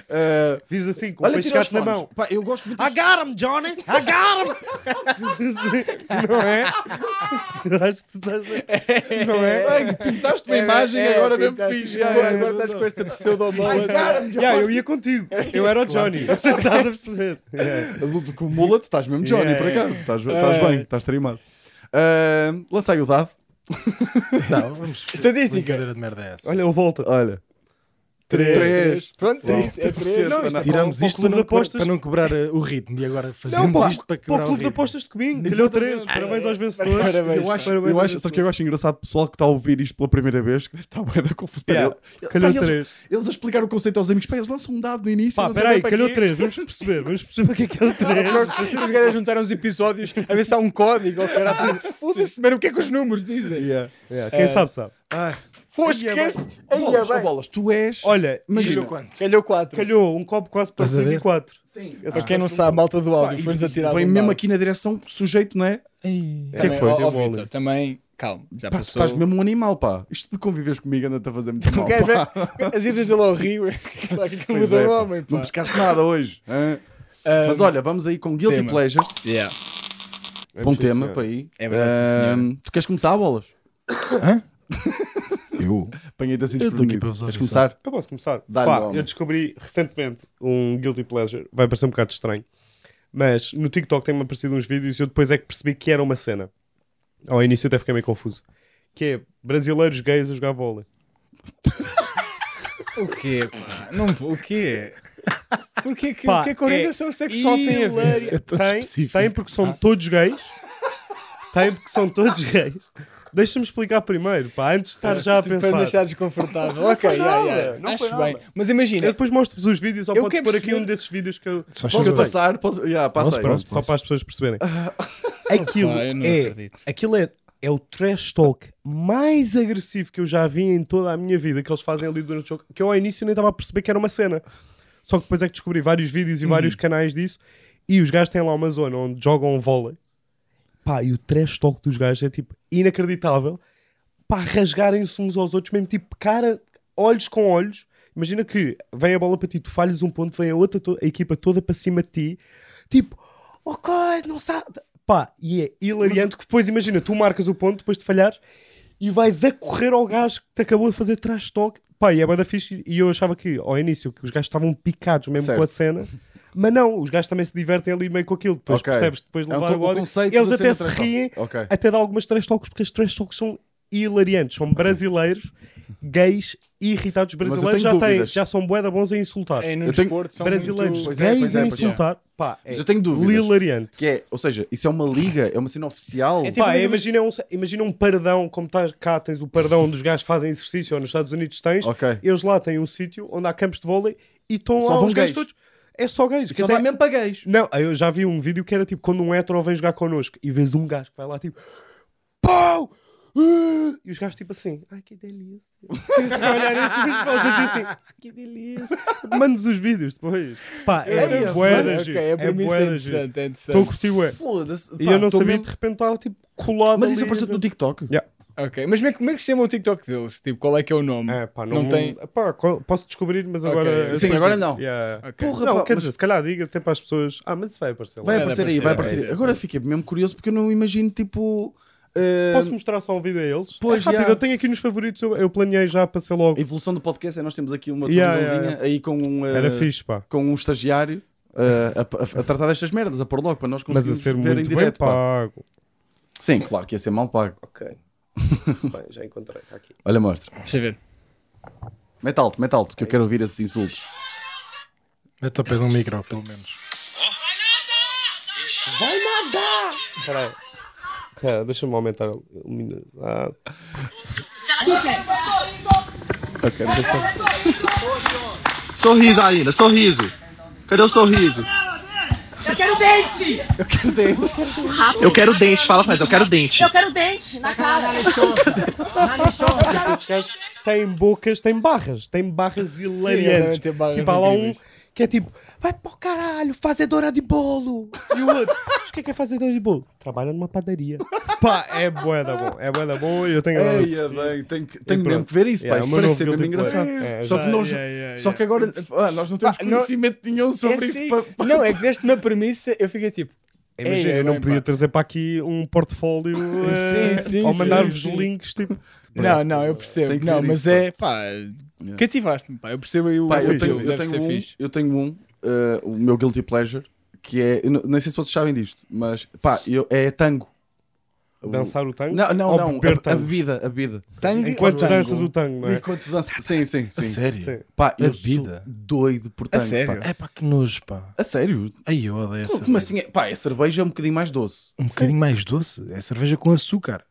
Speaker 4: Ah, fiz assim, com o
Speaker 3: Olha,
Speaker 4: peixe Ah,
Speaker 3: tira os
Speaker 4: gato na
Speaker 3: fones.
Speaker 4: mão.
Speaker 3: Pá, eu gosto muito
Speaker 4: I got him, Johnny! I got him! não é? Eu acho que tu estás a... Não é?
Speaker 3: Bem, pintaste uma imagem agora mesmo fixe.
Speaker 2: Agora,
Speaker 3: Yeah,
Speaker 2: agora
Speaker 3: yeah,
Speaker 2: estás
Speaker 3: yeah.
Speaker 2: com esta pseudomola.
Speaker 4: Yeah, eu ia contigo. Eu era o Johnny. Não sei se estás a perceber. É, Yeah.
Speaker 3: Adulto com mullet, estás mesmo Johnny,
Speaker 4: Yeah,
Speaker 3: por
Speaker 4: yeah.
Speaker 3: acaso. Estás, estás bem, estás trimado. Ah, lancei o dado.
Speaker 5: Não, vamos.
Speaker 2: Estatística.
Speaker 5: Brincadeira de merda é essa.
Speaker 4: Olha, eu volta.
Speaker 3: Olha.
Speaker 4: Três.
Speaker 3: Três.
Speaker 2: Pronto,
Speaker 3: Uau.
Speaker 2: é isso. É três.
Speaker 3: Não,
Speaker 2: Não,
Speaker 3: isto é-
Speaker 5: Tiramos
Speaker 4: para o
Speaker 5: isto para
Speaker 4: clube
Speaker 5: não,
Speaker 4: de apostas.
Speaker 5: para não quebrar uh, o ritmo e agora fazemos
Speaker 4: Não, pá,
Speaker 5: isto para quebrar
Speaker 4: para o
Speaker 5: o
Speaker 4: clube de
Speaker 5: ritmo.
Speaker 4: apostas de Cominho.
Speaker 3: Exatamente.
Speaker 4: Calhou três. Parabéns aos vencedores.
Speaker 2: Parabéns,
Speaker 3: Eu acho,
Speaker 4: Parabéns
Speaker 3: eu
Speaker 4: aos
Speaker 3: acho, sabes o que
Speaker 4: vencedores.
Speaker 3: eu acho engraçado? O pessoal que está a ouvir isto pela primeira vez, que está bué da confusão.
Speaker 4: Yeah.
Speaker 3: Ele-
Speaker 4: Calhou
Speaker 3: pá, eles-
Speaker 4: três.
Speaker 3: Eles a explicar o conceito aos amigos, pá, eles lançam um dado no início.
Speaker 4: Pá,
Speaker 3: não sei
Speaker 4: peraí,
Speaker 3: bem para
Speaker 4: calhou
Speaker 3: quê.
Speaker 4: três. Vamos perceber. Vamos perceber o que é que é o três.
Speaker 2: Os caras juntaram os episódios a ver se há um código ou caralho. Foda-se, mano, o que é que os números dizem?
Speaker 3: Yeah.
Speaker 4: Yeah, Quem sabe, sabe.
Speaker 2: Fosquece! Aí é
Speaker 3: Bolas, oh,
Speaker 2: bem.
Speaker 3: bolas, tu és.
Speaker 4: Olha,
Speaker 3: Imagina.
Speaker 5: Calhou quanto?
Speaker 2: Calhou 4.
Speaker 4: calhou um copo quase para
Speaker 5: Estás a ver?
Speaker 4: 54.
Speaker 3: Sim.
Speaker 2: Para quem não sabe, malta do áudio, foi-nos atirar.
Speaker 3: Vem
Speaker 2: de um
Speaker 3: mesmo
Speaker 2: lado.
Speaker 3: aqui na direção, sujeito, não é?
Speaker 4: O que é que foi?
Speaker 2: Também, ó, ó, Vitor, também, calma, já
Speaker 3: Pá, tu
Speaker 2: passou.
Speaker 3: estás mesmo um animal, pá. Isto de conviveres comigo anda-te a fazer muito mal.
Speaker 2: O gajo,
Speaker 3: pá.
Speaker 2: né? As idas dele ao Rio, claro que
Speaker 3: Pois
Speaker 2: muda
Speaker 3: é,
Speaker 2: o
Speaker 3: pá.
Speaker 2: homem,
Speaker 3: Não
Speaker 2: pá.
Speaker 3: pescaste nada hoje. hã? Mas olha, vamos aí com Guilty
Speaker 2: tema.
Speaker 3: Pleasures.
Speaker 2: Yeah.
Speaker 3: Bom tema para aí.
Speaker 2: É verdade, sim, senhora.
Speaker 3: Ahm, tu queres começar, bolas?
Speaker 5: Eu?
Speaker 3: Apanhei-te assim
Speaker 5: Eu estou aqui
Speaker 3: desprevenido.
Speaker 5: para vos
Speaker 3: Queres
Speaker 5: ouvir
Speaker 3: começar?
Speaker 4: Eu posso começar.
Speaker 3: Dá-lhe,
Speaker 4: Pá,
Speaker 3: homem.
Speaker 4: eu descobri recentemente um Guilty Pleasure. Vai parecer um bocado estranho. Mas no TikTok tem-me aparecido uns vídeos e eu depois é que percebi que era uma cena. Ao início eu até fiquei meio confuso. Que é brasileiros gays a jogar vôlei.
Speaker 2: O quê, pá? Não, o quê? Porque que,
Speaker 4: Pá,
Speaker 2: o que é que a orientação sexual tem a ver?
Speaker 5: Isso é tão
Speaker 4: Tem,
Speaker 5: específico.
Speaker 4: tem porque
Speaker 2: Ah.
Speaker 4: são todos gays. Tem porque são todos gays. Deixa-me explicar primeiro, pá, antes de estar já a
Speaker 2: Tu- É, tipo, Para
Speaker 4: pensar.
Speaker 2: deixar desconfortável. Ok,
Speaker 4: foi
Speaker 2: yeah,
Speaker 4: nada,
Speaker 2: yeah.
Speaker 4: não foi
Speaker 2: acho
Speaker 4: nada.
Speaker 2: bem. Mas imagina,
Speaker 4: Eu depois mostro-vos os vídeos ou
Speaker 2: Eu
Speaker 4: podes
Speaker 2: quero
Speaker 4: pôr aqui
Speaker 2: perceber-
Speaker 4: um desses vídeos que eu,
Speaker 5: Se faz
Speaker 3: Podes
Speaker 5: favor.
Speaker 3: passar? Podes... Yeah, passa
Speaker 5: Posso,
Speaker 3: aí.
Speaker 5: posso.
Speaker 4: só para as pessoas perceberem. Aquilo
Speaker 2: Pá, Ah, eu não
Speaker 4: é
Speaker 2: acredito.
Speaker 4: Aquilo é, é o trash talk mais agressivo que eu já vi em toda a minha vida que eles fazem ali durante o jogo, que eu ao início nem estava a perceber que era uma cena. Só que depois é que descobri vários vídeos e vários canais disso e os gajos têm lá uma zona onde jogam vôlei. Pá, e o trash talk dos gajos é tipo inacreditável. Pá, rasgarem-se uns aos outros, mesmo tipo cara, olhos com olhos. Imagina que vem a bola para ti, tu falhas um ponto, vem a outra to- a equipa toda para cima de ti. Tipo, ok, não está. Pá, e é hilariante que depois imagina, tu marcas o ponto depois de falhares e vais a correr ao gajo que te acabou de fazer trash talk. Pá, e é banda fixe. E eu achava que ao início que os gajos estavam picados mesmo
Speaker 3: Certo.
Speaker 4: com a cena, mas não, os gajos também se divertem ali meio com aquilo. Depois
Speaker 3: Ok.
Speaker 4: percebes, depois de
Speaker 3: É um
Speaker 4: levar
Speaker 3: co-
Speaker 4: o
Speaker 3: o
Speaker 4: ódio.
Speaker 3: conceito
Speaker 4: Eles
Speaker 3: da
Speaker 4: até
Speaker 3: cena
Speaker 4: se
Speaker 3: trash talk.
Speaker 4: riem,
Speaker 3: Ok.
Speaker 4: até de algumas trash talks, porque as trash talks são hilariantes. São brasileiros, gays, irritados. Os
Speaker 3: Mas eu
Speaker 4: brasileiros
Speaker 3: tenho
Speaker 4: já, têm,
Speaker 3: dúvidas.
Speaker 4: já são boeda bons a insultar.
Speaker 2: é, no
Speaker 3: eu tenho-
Speaker 2: desporto são
Speaker 4: brasileiros,
Speaker 2: muito...
Speaker 3: Pois é,
Speaker 4: gays
Speaker 3: pois é,
Speaker 4: a
Speaker 3: pois é.
Speaker 4: insultar. Pá, é
Speaker 3: Mas eu tenho dúvidas.
Speaker 4: hilariante.
Speaker 3: Que é, ou seja, isso é uma liga, é uma cena oficial.
Speaker 2: É tipo-
Speaker 4: Pá,
Speaker 2: liga dos-
Speaker 4: imagina, um, imagina um paradão, como tá, cá tens o paradão onde os gajos fazem exercício, ou nos Estados Unidos tens,
Speaker 3: Ok.
Speaker 4: eles lá têm um sítio onde há campos de vôlei e estão
Speaker 3: Só
Speaker 4: lá
Speaker 3: vão
Speaker 4: os gajos
Speaker 3: gays.
Speaker 4: todos. É só gays. que
Speaker 3: Só
Speaker 4: até-
Speaker 3: dá mesmo para gays.
Speaker 4: Não, eu já vi um vídeo que era tipo quando um hétero vem jogar connosco e vês um gajo que vai lá tipo pau! Uh! E os gajos tipo assim, ai que delícia. Tens que olhar assim, mas pausa de assim, "Ai, que delícia. Mando-vos os vídeos depois. Pá, é,
Speaker 2: É isso,
Speaker 4: bué
Speaker 2: mano,
Speaker 4: da
Speaker 2: ok,
Speaker 4: giro,
Speaker 2: É
Speaker 4: é
Speaker 2: para mim isso
Speaker 4: bué
Speaker 2: é
Speaker 4: da giro.
Speaker 2: interessante, é
Speaker 4: Estou a
Speaker 2: interessante.
Speaker 4: curtir ué.
Speaker 3: Foda-se.
Speaker 4: E
Speaker 3: pá,
Speaker 4: eu não
Speaker 3: tô
Speaker 4: sabia,
Speaker 3: mesmo-
Speaker 4: de repente estava tipo colado
Speaker 3: Mas isso é
Speaker 4: ali,
Speaker 3: apareceu no TikTok.
Speaker 2: Ok, mas como é, que- como é que se chama o Tiktok deles? Tipo, qual é que é o nome?
Speaker 4: É, pá,
Speaker 2: Não
Speaker 4: não,
Speaker 2: tem-
Speaker 4: Pá, qual- posso descobrir, mas
Speaker 2: Ok.
Speaker 4: agora.
Speaker 3: Sim, agora não.
Speaker 4: Yeah.
Speaker 2: Ok.
Speaker 3: Porra,
Speaker 4: não,
Speaker 3: pá,
Speaker 4: quer
Speaker 3: mas-
Speaker 4: dizer, se calhar diga até para as pessoas. Ah, mas isso vai aparecer lá.
Speaker 3: Vai
Speaker 2: Vai
Speaker 3: aparecer aí, vai
Speaker 2: aparecer,
Speaker 3: aparecer.
Speaker 2: vai.
Speaker 3: Agora fiquei mesmo curioso porque eu não imagino, tipo. eh,
Speaker 4: Posso mostrar só um vídeo a eles?
Speaker 3: Pois,
Speaker 4: é rápido,
Speaker 3: já.
Speaker 4: eu tenho aqui nos favoritos, eu, eu planeei já para ser logo.
Speaker 3: A evolução do podcast é nós temos aqui uma
Speaker 4: Yeah,
Speaker 3: televisãozinha
Speaker 4: yeah,
Speaker 3: aí com um, eh,
Speaker 4: Era fixe, pá.
Speaker 3: com um estagiário eh, a, a- a tratar destas merdas, a pôr logo para nós
Speaker 4: Mas a
Speaker 3: conseguirmos
Speaker 4: ser
Speaker 3: ver
Speaker 4: muito
Speaker 3: em direto.
Speaker 4: bem
Speaker 3: pá.
Speaker 4: pago.
Speaker 3: Sim, claro que ia ser mal pago.
Speaker 4: Ok. Bem, já encontrei, está aqui.
Speaker 3: Olha, mostra.
Speaker 2: Deixa eu ver.
Speaker 3: Mete alto, mete alto, que
Speaker 4: É
Speaker 3: eu quero ouvir esses insultos.
Speaker 5: Mete ao pé de um micro, pelo menos.
Speaker 4: Espera aí. Espera, deixa-me aumentar a luminosidade.
Speaker 6: Sorriso, Alina, sorriso. Cadê o sorriso?
Speaker 7: Eu quero dente!
Speaker 6: Eu quero
Speaker 7: né?
Speaker 6: dente, fala pra eles, eu quero dente.
Speaker 7: Eu quero dente na cara!
Speaker 4: tem bocas, tem barras, tem barras hilariantes.
Speaker 2: tem barras
Speaker 4: tipo, há lá um
Speaker 2: incríveis.
Speaker 4: que é tipo, vai para o caralho, fazedora de bolo. E o outro, mas o que é que é fazedora de bolo? Trabalha numa padaria. Pá, é bué da bom, é bué da bom e eu tenho...
Speaker 3: Ei, é bem, tenho, que- tenho mesmo
Speaker 4: pronto.
Speaker 3: que ver isso, pá.
Speaker 4: Yeah, é
Speaker 3: Isso
Speaker 4: uma
Speaker 3: parece ser
Speaker 4: novela
Speaker 3: mesmo
Speaker 4: tipo-
Speaker 3: engraçado.
Speaker 4: É,
Speaker 3: só que
Speaker 4: já,
Speaker 3: nós,
Speaker 4: já, já,
Speaker 3: só
Speaker 4: já.
Speaker 3: que agora, ah, nós não temos
Speaker 2: Pá, não-
Speaker 3: conhecimento nenhum sobre
Speaker 2: É
Speaker 3: isso.
Speaker 2: assim-
Speaker 3: pa- pa-
Speaker 2: Não, é que deste na premissa eu fiquei tipo.
Speaker 4: Imagina,
Speaker 2: ei,
Speaker 4: eu não
Speaker 2: bem,
Speaker 4: podia
Speaker 2: pá.
Speaker 4: trazer para aqui um portfólio eh,
Speaker 2: Sim, sim,
Speaker 4: ou
Speaker 2: sim,
Speaker 4: mandar-vos
Speaker 2: sim.
Speaker 4: links, tipo...
Speaker 2: Não, não, eu
Speaker 3: Tem
Speaker 2: percebo.
Speaker 3: que
Speaker 2: Não,
Speaker 3: ver
Speaker 2: mas
Speaker 3: isso,
Speaker 2: é. Pá, cativaste-me, pá. Eu percebo aí o.
Speaker 3: Pá, eu
Speaker 2: deve
Speaker 3: tenho, eu
Speaker 2: ser
Speaker 3: tenho um,
Speaker 2: fixe.
Speaker 3: eu tenho um, eh, o meu guilty pleasure, que é, eu não- nem sei se vocês sabem disto, mas pá, eu- é tango. O-
Speaker 4: Dançar o tango?
Speaker 3: Não, não,
Speaker 4: Ou
Speaker 3: não,
Speaker 4: beber
Speaker 3: a, a
Speaker 4: tangos?
Speaker 3: bebida, a bebida.
Speaker 2: Tango
Speaker 4: Enquanto
Speaker 2: ou tango?
Speaker 4: danças o tango, não é?
Speaker 3: Enquanto dança, sim, sim,
Speaker 5: A
Speaker 3: sim.
Speaker 5: sério?
Speaker 4: Sim.
Speaker 3: Pá, eu
Speaker 5: Bebida?
Speaker 3: sou doido por tango.
Speaker 2: sério?
Speaker 3: pá.
Speaker 5: É pá, que nojo, pá.
Speaker 3: A sério?
Speaker 5: Ai, eu odeio essa.
Speaker 3: Como assim? é- Pá, a cerveja é um bocadinho mais doce.
Speaker 5: Um bocadinho mais doce. É cerveja com açúcar.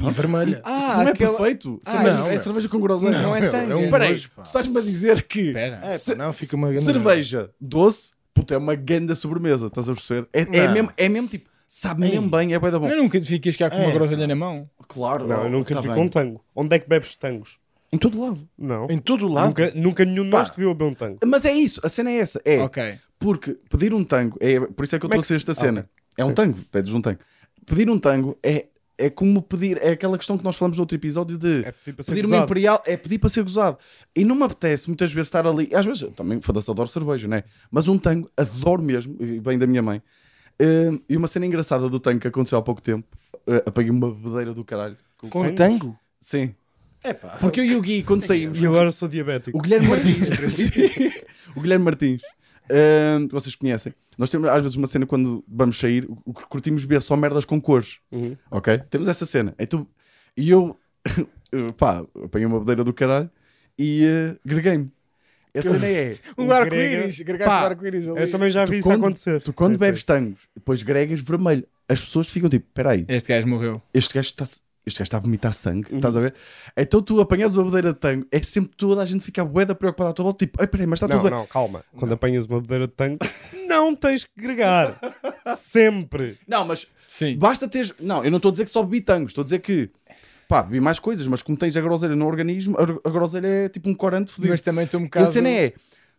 Speaker 5: E vermelha.
Speaker 3: Isso
Speaker 2: Ah,
Speaker 3: não é
Speaker 2: aquela-
Speaker 3: perfeito.
Speaker 2: Ah,
Speaker 3: cerveja,
Speaker 5: não,
Speaker 3: é
Speaker 5: meu.
Speaker 3: cerveja com groselha.
Speaker 2: Não, é
Speaker 5: meu,
Speaker 2: tango.
Speaker 5: É um
Speaker 3: Peraí,
Speaker 5: nojo, pá.
Speaker 3: tu estás-me a dizer que
Speaker 2: Espera.
Speaker 5: É,
Speaker 3: Ce-
Speaker 5: pá, não, fica uma grande
Speaker 3: cerveja doce, puta, é uma grande sobremesa, estás a perceber? É, é
Speaker 5: Não.
Speaker 3: mesmo, é mesmo tipo, sabe mesmo bem, é bem da bom.
Speaker 2: Eu nunca fiquei chegar com uma
Speaker 5: É.
Speaker 2: groselha na mão.
Speaker 3: Claro,
Speaker 4: Não, eu nunca
Speaker 3: tá
Speaker 4: vi
Speaker 3: bem.
Speaker 4: com um tango. Onde é que bebes tangos?
Speaker 3: Em todo lado.
Speaker 4: Não.
Speaker 5: Em todo o lado.
Speaker 4: Nunca, nunca nenhum de nós
Speaker 3: Pá.
Speaker 4: te viu a beber um tango.
Speaker 3: Mas é isso, a cena é essa. É
Speaker 2: Ok.
Speaker 3: porque pedir um tango, é, por isso é que eu
Speaker 4: Como é
Speaker 3: trouxe
Speaker 4: que
Speaker 3: esta
Speaker 4: se-
Speaker 3: cena. É um tango, pedes um tango. Pedir um tango é, é como pedir, é aquela questão que nós falamos no outro episódio de
Speaker 4: É tipo assim,
Speaker 3: pedir uma imperial, é pedir para ser gozado. E não me apetece muitas vezes estar ali, às vezes eu também foda-se, adoro cerveja, né? Mas um tango, adoro mesmo, e bem da minha mãe. Eh, e uma cena engraçada do tango que aconteceu há pouco tempo, eh, apaguei uma bebedeira do caralho.
Speaker 5: Com tango?
Speaker 3: Sim.
Speaker 5: É pá.
Speaker 3: Porque eu e o Gui, quando saímos,
Speaker 4: E agora sou diabético.
Speaker 3: o Guilherme Martins. o Guilherme Martins. ahm, que vocês conhecem. Nós temos às vezes uma cena quando vamos sair, o o que curtimos ver só merdas com cores.
Speaker 4: Uhum.
Speaker 3: Ok? Temos essa cena. E, tu- e eu, pá, apanhei uma bandeira do caralho e eh, greguei-me. A cena é.
Speaker 2: Um
Speaker 4: Um
Speaker 2: arco-íris. Gregaste
Speaker 3: Pá,
Speaker 2: o arco-íris ali.
Speaker 4: Eu também já
Speaker 3: tu
Speaker 4: vi isso
Speaker 3: quando-
Speaker 4: acontecer.
Speaker 3: Tu quando
Speaker 4: Sim,
Speaker 3: bebes
Speaker 4: sim.
Speaker 3: tangos, depois gregas vermelho, as pessoas ficam tipo: peraí,
Speaker 2: Este gajo morreu.
Speaker 3: este gajo está. Este gajo está a vomitar sangue, estás a ver? Então tu apanhas uma bandeira de tango, é sempre toda a gente fica boeda preocupada à tua volta, tipo, ai peraí, mas está tudo
Speaker 4: Não,
Speaker 3: bem.
Speaker 4: não, calma. Quando apanhas uma bebedeira de tango, não tens que gregar. Sempre.
Speaker 3: Não, mas
Speaker 2: Sim.
Speaker 3: Basta ter. Não, eu não estou a dizer que só bebi tangos, estou a dizer que. Pá, bebi mais coisas, mas como tens a groselha no organismo, a, a groselha é tipo um corante fodido.
Speaker 2: Mas também estou um
Speaker 3: A
Speaker 2: bocado.
Speaker 3: cena é.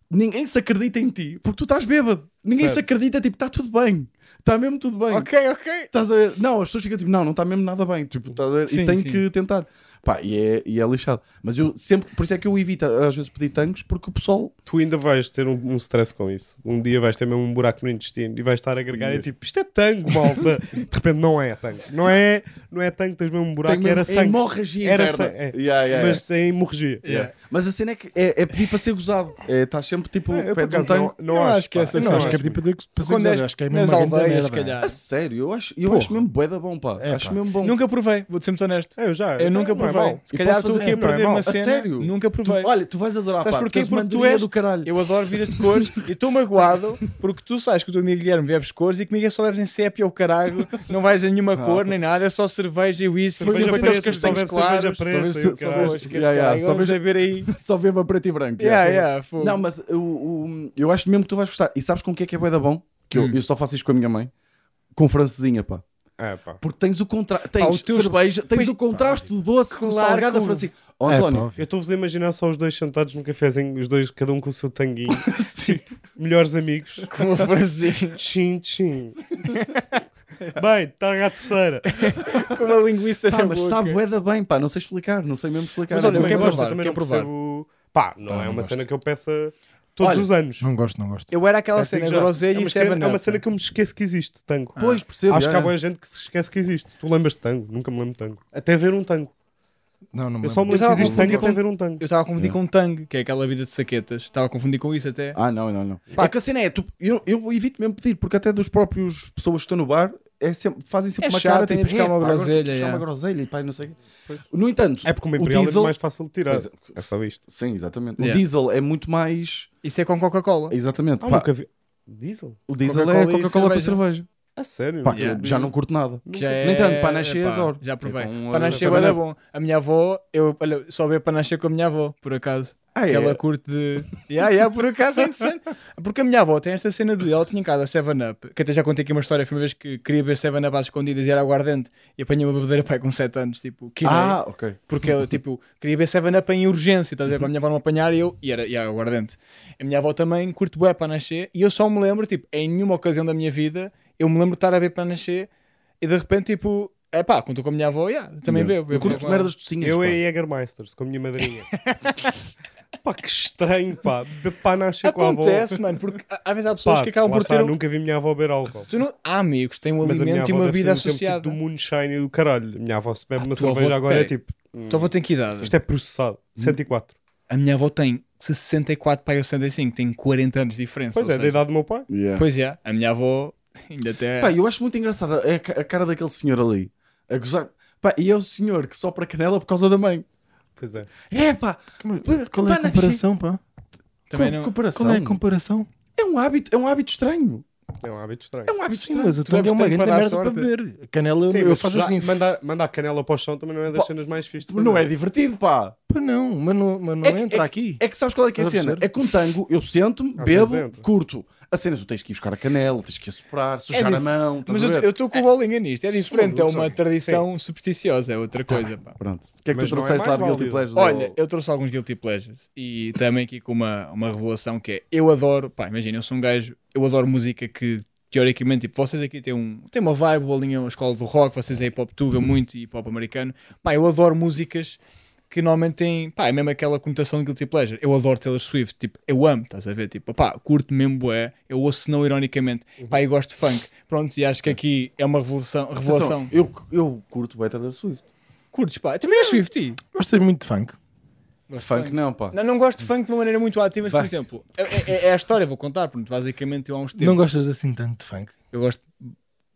Speaker 3: Ninguém se acredita em ti porque tu estás bêbado. Ninguém se
Speaker 4: Certo.
Speaker 3: acredita, tipo, está tudo bem. Está mesmo tudo bem.
Speaker 2: Ok, ok.
Speaker 3: Estás a ver? Não, as pessoas ficam tipo, não, não está mesmo nada bem. Tipo, estás a ver?
Speaker 2: Sim,
Speaker 3: e tem
Speaker 2: sim.
Speaker 3: que tentar. Pá, e é, e é lixado. Mas eu sempre. Por isso é que eu evito às vezes pedir tangos porque o pessoal.
Speaker 4: Tu ainda vais ter um, um stress com isso. Um dia vais ter mesmo um buraco no intestino e vais estar a gregar e é tipo, isto é tango, malta. De repente não é tango. Não é, não é tango, tens mesmo um buraco
Speaker 3: tem
Speaker 4: e era
Speaker 3: mesmo- é
Speaker 4: sangue.
Speaker 3: hemorragia
Speaker 4: Era
Speaker 3: interna.
Speaker 4: sangue, é.
Speaker 3: Yeah, yeah, yeah.
Speaker 4: Mas é hemorragia.
Speaker 2: Yeah.
Speaker 3: Mas a cena é que é, é pedir para ser gozado. É, Estás sempre tipo,
Speaker 4: É, eu, por
Speaker 3: pedes um
Speaker 4: acaso,
Speaker 3: tango.
Speaker 4: não, não
Speaker 2: Eu
Speaker 4: acho,
Speaker 2: acho que
Speaker 4: pá.
Speaker 2: essa
Speaker 4: Eu
Speaker 5: Não,
Speaker 2: cena
Speaker 5: acho que é
Speaker 2: acho-
Speaker 5: tipo de passar
Speaker 2: Quando és-
Speaker 5: Acho que é mesmo
Speaker 2: nas
Speaker 5: uma grande
Speaker 2: aldeias, se
Speaker 5: merda.
Speaker 2: calhar.
Speaker 3: A sério, eu acho, eu
Speaker 5: Porra.
Speaker 3: acho mesmo bué da bom, pá.
Speaker 5: É,
Speaker 3: acho
Speaker 5: pá.
Speaker 3: mesmo bom.
Speaker 2: Nunca provei, vou-te ser muito honesto.
Speaker 4: Eu já.
Speaker 2: Eu nunca
Speaker 4: não é
Speaker 2: provei.
Speaker 4: mau.
Speaker 2: Se
Speaker 3: E
Speaker 2: calhar
Speaker 3: posso
Speaker 2: estou
Speaker 3: fazer-
Speaker 2: aqui a
Speaker 4: não é
Speaker 2: perder
Speaker 4: mau.
Speaker 2: uma
Speaker 4: A
Speaker 2: cena.
Speaker 3: sério?
Speaker 2: Nunca
Speaker 3: Tu-
Speaker 2: provei.
Speaker 3: olha, tu vais adorar,
Speaker 2: Sabes
Speaker 3: pá.
Speaker 2: porquê?
Speaker 3: tens uma
Speaker 2: Porque tu
Speaker 3: mania
Speaker 2: és-
Speaker 3: do caralho.
Speaker 2: Eu adoro vidas de cores e estou magoado porque tu sabes que o teu amigo Guilherme bebes cores e comigo é só bebes em sépia ou caralho, não vais a nenhuma cor nem nada, é só cerveja e whisky,
Speaker 4: Cerveja
Speaker 2: depois
Speaker 4: preta,
Speaker 2: aqueles castanhos
Speaker 4: só bebe cerveja
Speaker 2: claros.
Speaker 4: preta.
Speaker 3: Só
Speaker 4: eu
Speaker 3: vejo-
Speaker 4: quero-
Speaker 3: só
Speaker 2: Pô,
Speaker 3: vejo-
Speaker 2: esquece,
Speaker 3: yeah, yeah,
Speaker 2: caralho,
Speaker 3: Só
Speaker 2: vamos
Speaker 3: vejo-
Speaker 2: a ver aí.
Speaker 3: só vejo a preto e branco.
Speaker 2: Yeah,
Speaker 3: yeah,
Speaker 2: yeah,
Speaker 3: só vejo.
Speaker 2: fogo.
Speaker 3: Não, mas o- o- eu acho mesmo que tu vais gostar. E sabes com o que é que é bué da bom? Que eu, eu só faço isto com a minha mãe. Com francesinha, pá.
Speaker 4: É, pá.
Speaker 3: Porque tens o contraste. Tens
Speaker 2: Pá, o teu-
Speaker 3: cerveja, tens
Speaker 2: Pois-
Speaker 3: o contraste do doce com
Speaker 2: Claro
Speaker 3: salgada
Speaker 2: que o-
Speaker 3: francesinha.
Speaker 5: É,
Speaker 3: Oh,
Speaker 5: pá,
Speaker 3: António,
Speaker 5: óbvio.
Speaker 4: Eu estou-vos a imaginar só os dois sentados num cafezinho, os dois, cada um com o seu tanguinho. Tipo, melhores amigos.
Speaker 2: Como franzinho,
Speaker 4: Tchim, tchim. Bem, targa a terceira.
Speaker 2: com uma linguiça
Speaker 3: pá,
Speaker 2: na
Speaker 3: mas
Speaker 2: boca.
Speaker 3: sabe bué da bem, pá. Não sei explicar, não sei mesmo explicar.
Speaker 2: Mas
Speaker 3: É
Speaker 2: olha,
Speaker 3: bué da
Speaker 2: eu
Speaker 4: também
Speaker 2: quero
Speaker 3: bom.
Speaker 4: gosto,
Speaker 2: provar, quero
Speaker 4: também não percebo... Pá, não
Speaker 5: Pá,
Speaker 4: é
Speaker 5: não
Speaker 4: uma
Speaker 5: gosto. é
Speaker 4: cena que eu peça todos
Speaker 3: Olha,
Speaker 4: os anos.
Speaker 5: Não gosto, não gosto.
Speaker 2: Eu era aquela
Speaker 4: Eu
Speaker 2: cena,
Speaker 4: digo já,
Speaker 2: groselha
Speaker 4: é
Speaker 2: e
Speaker 4: uma, cena,
Speaker 2: Seven
Speaker 4: é uma
Speaker 2: Up. né?
Speaker 4: cena que eu me esqueço que existe, tango.
Speaker 3: Pois, percebo.
Speaker 4: Acho que
Speaker 3: yeah,
Speaker 4: há boa gente que se esquece que existe. Tu lembras de tango? Nunca me lembro de tango. Até ver um tango.
Speaker 5: Não, não me
Speaker 4: Eu só me lembro que
Speaker 5: lembro.
Speaker 2: tava
Speaker 4: existe tango
Speaker 2: confundido
Speaker 4: até ver um tango.
Speaker 2: Eu estava a confundir com um tangue, que é aquela vida de saquetas. Estava a confundir com isso até.
Speaker 3: Ah, não, não, não. é que a cena é, tu- eu, eu evito mesmo pedir, porque até dos próprios pessoas que estão no bar é sempre- fazem sempre
Speaker 2: É
Speaker 3: uma
Speaker 2: chato,
Speaker 3: cara
Speaker 2: tem
Speaker 3: tipo,
Speaker 2: de buscar
Speaker 3: "Eh,
Speaker 2: uma
Speaker 3: pá, agora
Speaker 2: groselha,
Speaker 3: tem de buscar
Speaker 2: yeah.
Speaker 3: uma groselha e pá, não sei o quê." No entanto,
Speaker 4: É porque uma
Speaker 3: o
Speaker 4: imperial
Speaker 3: diesel-
Speaker 4: é mais fácil de tirar.
Speaker 3: Pois é.
Speaker 4: É só isto.
Speaker 3: Sim, exatamente.
Speaker 2: Yeah.
Speaker 3: O diesel é muito mais.
Speaker 2: Isso é com Coca-Cola.
Speaker 3: Exatamente.
Speaker 4: Ah,
Speaker 3: pá,
Speaker 4: nunca vi. Diesel?
Speaker 3: O diesel
Speaker 2: Coca-Cola
Speaker 3: é
Speaker 2: e
Speaker 3: Coca-Cola para cerveja.
Speaker 4: A sério?
Speaker 3: Pá,
Speaker 4: Yeah.
Speaker 3: eu já não curto nada.
Speaker 2: Que já é,
Speaker 3: No entanto, panache eu
Speaker 2: pá,
Speaker 3: adoro.
Speaker 2: Já provei.
Speaker 3: É bom,
Speaker 2: panache é
Speaker 3: também
Speaker 2: bué
Speaker 3: não-
Speaker 2: bom. A minha avó, eu olha, só bebo panache com a minha avó, por acaso.
Speaker 3: Ah,
Speaker 2: que
Speaker 3: é?
Speaker 2: ela curte de. Yeah, yeah, por acaso é interessante. Porque a minha avó tem esta cena de. Ela tinha em casa 7-Up, que até já contei aqui uma história. Foi uma vez que queria beber 7-Up às escondidas e era aguardente. E apanhei uma bebedeira pai com 7 anos, tipo, quinei.
Speaker 3: Ah, ok.
Speaker 2: Porque ela, tipo, queria ver 7-Up em urgência, estás a ver? Para a minha avó não apanhar e eu, e era, e era aguardente. A minha avó também curte bué para nascer e eu só me lembro, tipo, em nenhuma ocasião da minha vida, eu me lembro de estar a ver para nascer e de repente, tipo, é pá, contou com a minha avó, yeah, também
Speaker 3: Yeah.
Speaker 2: bebo.
Speaker 3: Eu
Speaker 2: bebo
Speaker 3: curto
Speaker 2: com ela.
Speaker 3: merdas tocinhas.
Speaker 4: Eu
Speaker 3: pá.
Speaker 4: é Jägermeisters com a minha madrinha. pá, que estranho, pá. Be- Pá, nasce com a avó.
Speaker 2: Acontece, mano, porque há- às vezes há pessoas
Speaker 4: Pá,
Speaker 2: que acabam
Speaker 4: lá
Speaker 2: por
Speaker 4: está,
Speaker 2: ter um...
Speaker 4: Nunca vi minha avó beber álcool.
Speaker 2: Tu não... Há amigos, têm um
Speaker 4: a minha
Speaker 2: alimento e
Speaker 4: avó
Speaker 2: uma
Speaker 4: deve ser
Speaker 2: vida
Speaker 4: um tempo,
Speaker 2: associada.
Speaker 4: Tipo, do moonshine e do caralho. A minha avó se bebe
Speaker 2: Ah,
Speaker 4: uma
Speaker 2: tua avó- Hum?
Speaker 4: cerveja agora é
Speaker 2: peraí.
Speaker 4: tipo... hum,
Speaker 2: Tua avó tem Então que idade?
Speaker 4: Isto é processado. 104.
Speaker 2: A minha avó tem 64 para 65, tem 40 anos de diferença.
Speaker 4: Pois
Speaker 2: ou
Speaker 4: é, da
Speaker 2: seja-
Speaker 4: idade do meu pai.
Speaker 3: Yeah.
Speaker 2: Pois é, a minha avó ainda até...
Speaker 3: Pá, eu acho muito engraçada é a, ca- a cara daquele senhor ali. A gozar. Pá, e é o senhor que sopra canela por causa da mãe.
Speaker 4: Pois é.
Speaker 3: É pá,
Speaker 5: Qual é a
Speaker 3: Panache.
Speaker 5: comparação, pá?
Speaker 2: também
Speaker 3: co-
Speaker 2: não...
Speaker 3: comparação.
Speaker 5: Qual é a comparação?
Speaker 3: É um hábito, é um hábito estranho.
Speaker 4: É um hábito estranho.
Speaker 3: É um hábito
Speaker 5: Sim,
Speaker 3: estranho.
Speaker 5: mas o
Speaker 2: Tu é
Speaker 5: Tog é uma
Speaker 2: bastante
Speaker 5: grande
Speaker 2: para dar
Speaker 5: merda
Speaker 2: sorte.
Speaker 5: para beber. A canela eu-
Speaker 4: Sim,
Speaker 5: eu
Speaker 4: mas
Speaker 5: faço
Speaker 4: já
Speaker 5: assim.
Speaker 4: Mandar, mandar canela para o chão também não é das
Speaker 3: Pá,
Speaker 4: cenas mais fixas.
Speaker 3: Não é
Speaker 4: de
Speaker 3: divertido, pá.
Speaker 5: Pá, não, mas não, mas não
Speaker 3: É que-
Speaker 5: entra aqui.
Speaker 3: É que sabes qual é que é a
Speaker 5: Estás a
Speaker 3: cena?
Speaker 5: perceber?
Speaker 3: É com tango, eu sento-me,
Speaker 4: Às
Speaker 3: bebo,
Speaker 4: vezes entra.
Speaker 3: curto. A cena é tu tens que ir buscar a canela, tens que assoprar, sujar a
Speaker 2: dif-
Speaker 3: mão. estás
Speaker 2: Mas
Speaker 3: a
Speaker 2: eu
Speaker 3: ver?
Speaker 2: eu estou com o bolinho nisto, é diferente, é
Speaker 3: maluco,
Speaker 2: uma tradição supersticiosa, é outra
Speaker 3: Tá.
Speaker 2: coisa. pá.
Speaker 3: Pronto. O que é que
Speaker 4: Mas
Speaker 3: tu
Speaker 4: não é
Speaker 3: trouxeste lá
Speaker 4: mais
Speaker 3: de Guilty
Speaker 4: válido.
Speaker 3: Pleasures?
Speaker 2: Olha,
Speaker 3: ou-
Speaker 2: eu trouxe alguns guilty pleasures e também aqui com uma, uma revelação que é: eu adoro, pá, imagina, eu sou um gajo, eu adoro música que teoricamente, tipo, vocês aqui têm, um, têm uma vibe, o bolinho é uma escola do rock, vocês é hip hop tuga muito e hip hop americano. Pá, eu adoro músicas que normalmente têm, pá, é mesmo aquela conotação de guilty pleasure. Eu adoro Taylor Swift, tipo, eu amo, estás a ver? Tipo, pá, curto mesmo, bué, eu ouço não ironicamente, pá, eu gosto de funk. Pronto, e acho que aqui é uma revelação.
Speaker 3: Atenção,
Speaker 2: revelação.
Speaker 3: eu, eu curto o Taylor Swift.
Speaker 2: Curtes, pá, também és Swifty.
Speaker 5: Gostas muito de funk.
Speaker 3: Funk não, pá.
Speaker 2: Não, não gosto de funk de uma maneira muito ativa, mas, por
Speaker 3: Vai.
Speaker 2: exemplo, é, é- é a história, vou contar, porque basicamente eu há uns tempos.
Speaker 5: Não gostas assim tanto de funk.
Speaker 2: Eu gosto.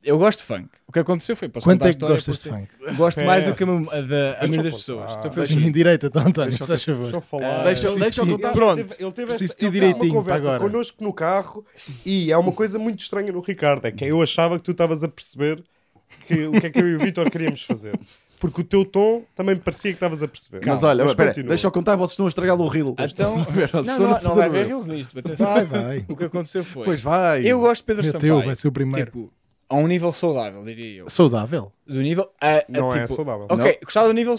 Speaker 2: Eu gosto de funk. O que aconteceu foi, posso
Speaker 5: Quanto
Speaker 2: contar a
Speaker 5: é que
Speaker 2: história.
Speaker 5: gostas de
Speaker 2: porque
Speaker 5: funk?
Speaker 2: Gosto mais
Speaker 4: É.
Speaker 2: do que a, a da, a Ah, maioria das pessoas.
Speaker 4: contar.
Speaker 2: Então foi assim.
Speaker 5: Sim, direita, então, António,
Speaker 4: Deixa
Speaker 5: só favor.
Speaker 4: Deixa eu falar.
Speaker 3: Deixa, deixa eu
Speaker 5: Sim.
Speaker 3: contar.
Speaker 4: Pronto,
Speaker 5: Pronto,
Speaker 4: ele teve, ele teve, essa,
Speaker 5: preciso
Speaker 4: ele
Speaker 5: de
Speaker 4: teve uma
Speaker 5: direitinho para
Speaker 4: conversa
Speaker 5: agora.
Speaker 4: connosco no carro e é uma coisa muito estranha no Ricardo. É que eu achava que tu estavas a perceber que, o que é que eu e o Vitor queríamos fazer. Porque o teu tom também parecia que estavas a perceber.
Speaker 3: Mas olha, espera,
Speaker 4: continua.
Speaker 3: deixa eu contar, vocês estão a estragar o reel.
Speaker 2: Então.
Speaker 3: Estão a
Speaker 2: Não,
Speaker 3: foder
Speaker 2: não, não vai
Speaker 3: o
Speaker 2: haver
Speaker 3: reel.
Speaker 2: reels nisto, atenção.
Speaker 5: Vai, vai.
Speaker 2: O que aconteceu foi.
Speaker 3: Pois vai.
Speaker 2: eu gosto de Pedro
Speaker 5: Meu teu,
Speaker 2: Sampaio.
Speaker 5: vai ser o primeiro.
Speaker 2: Tipo, a um nível saudável, diria eu.
Speaker 5: Saudável.
Speaker 2: Do nível. A, a,
Speaker 4: Não é
Speaker 2: tipo,
Speaker 4: saudável.
Speaker 2: Ok, gostava do nível.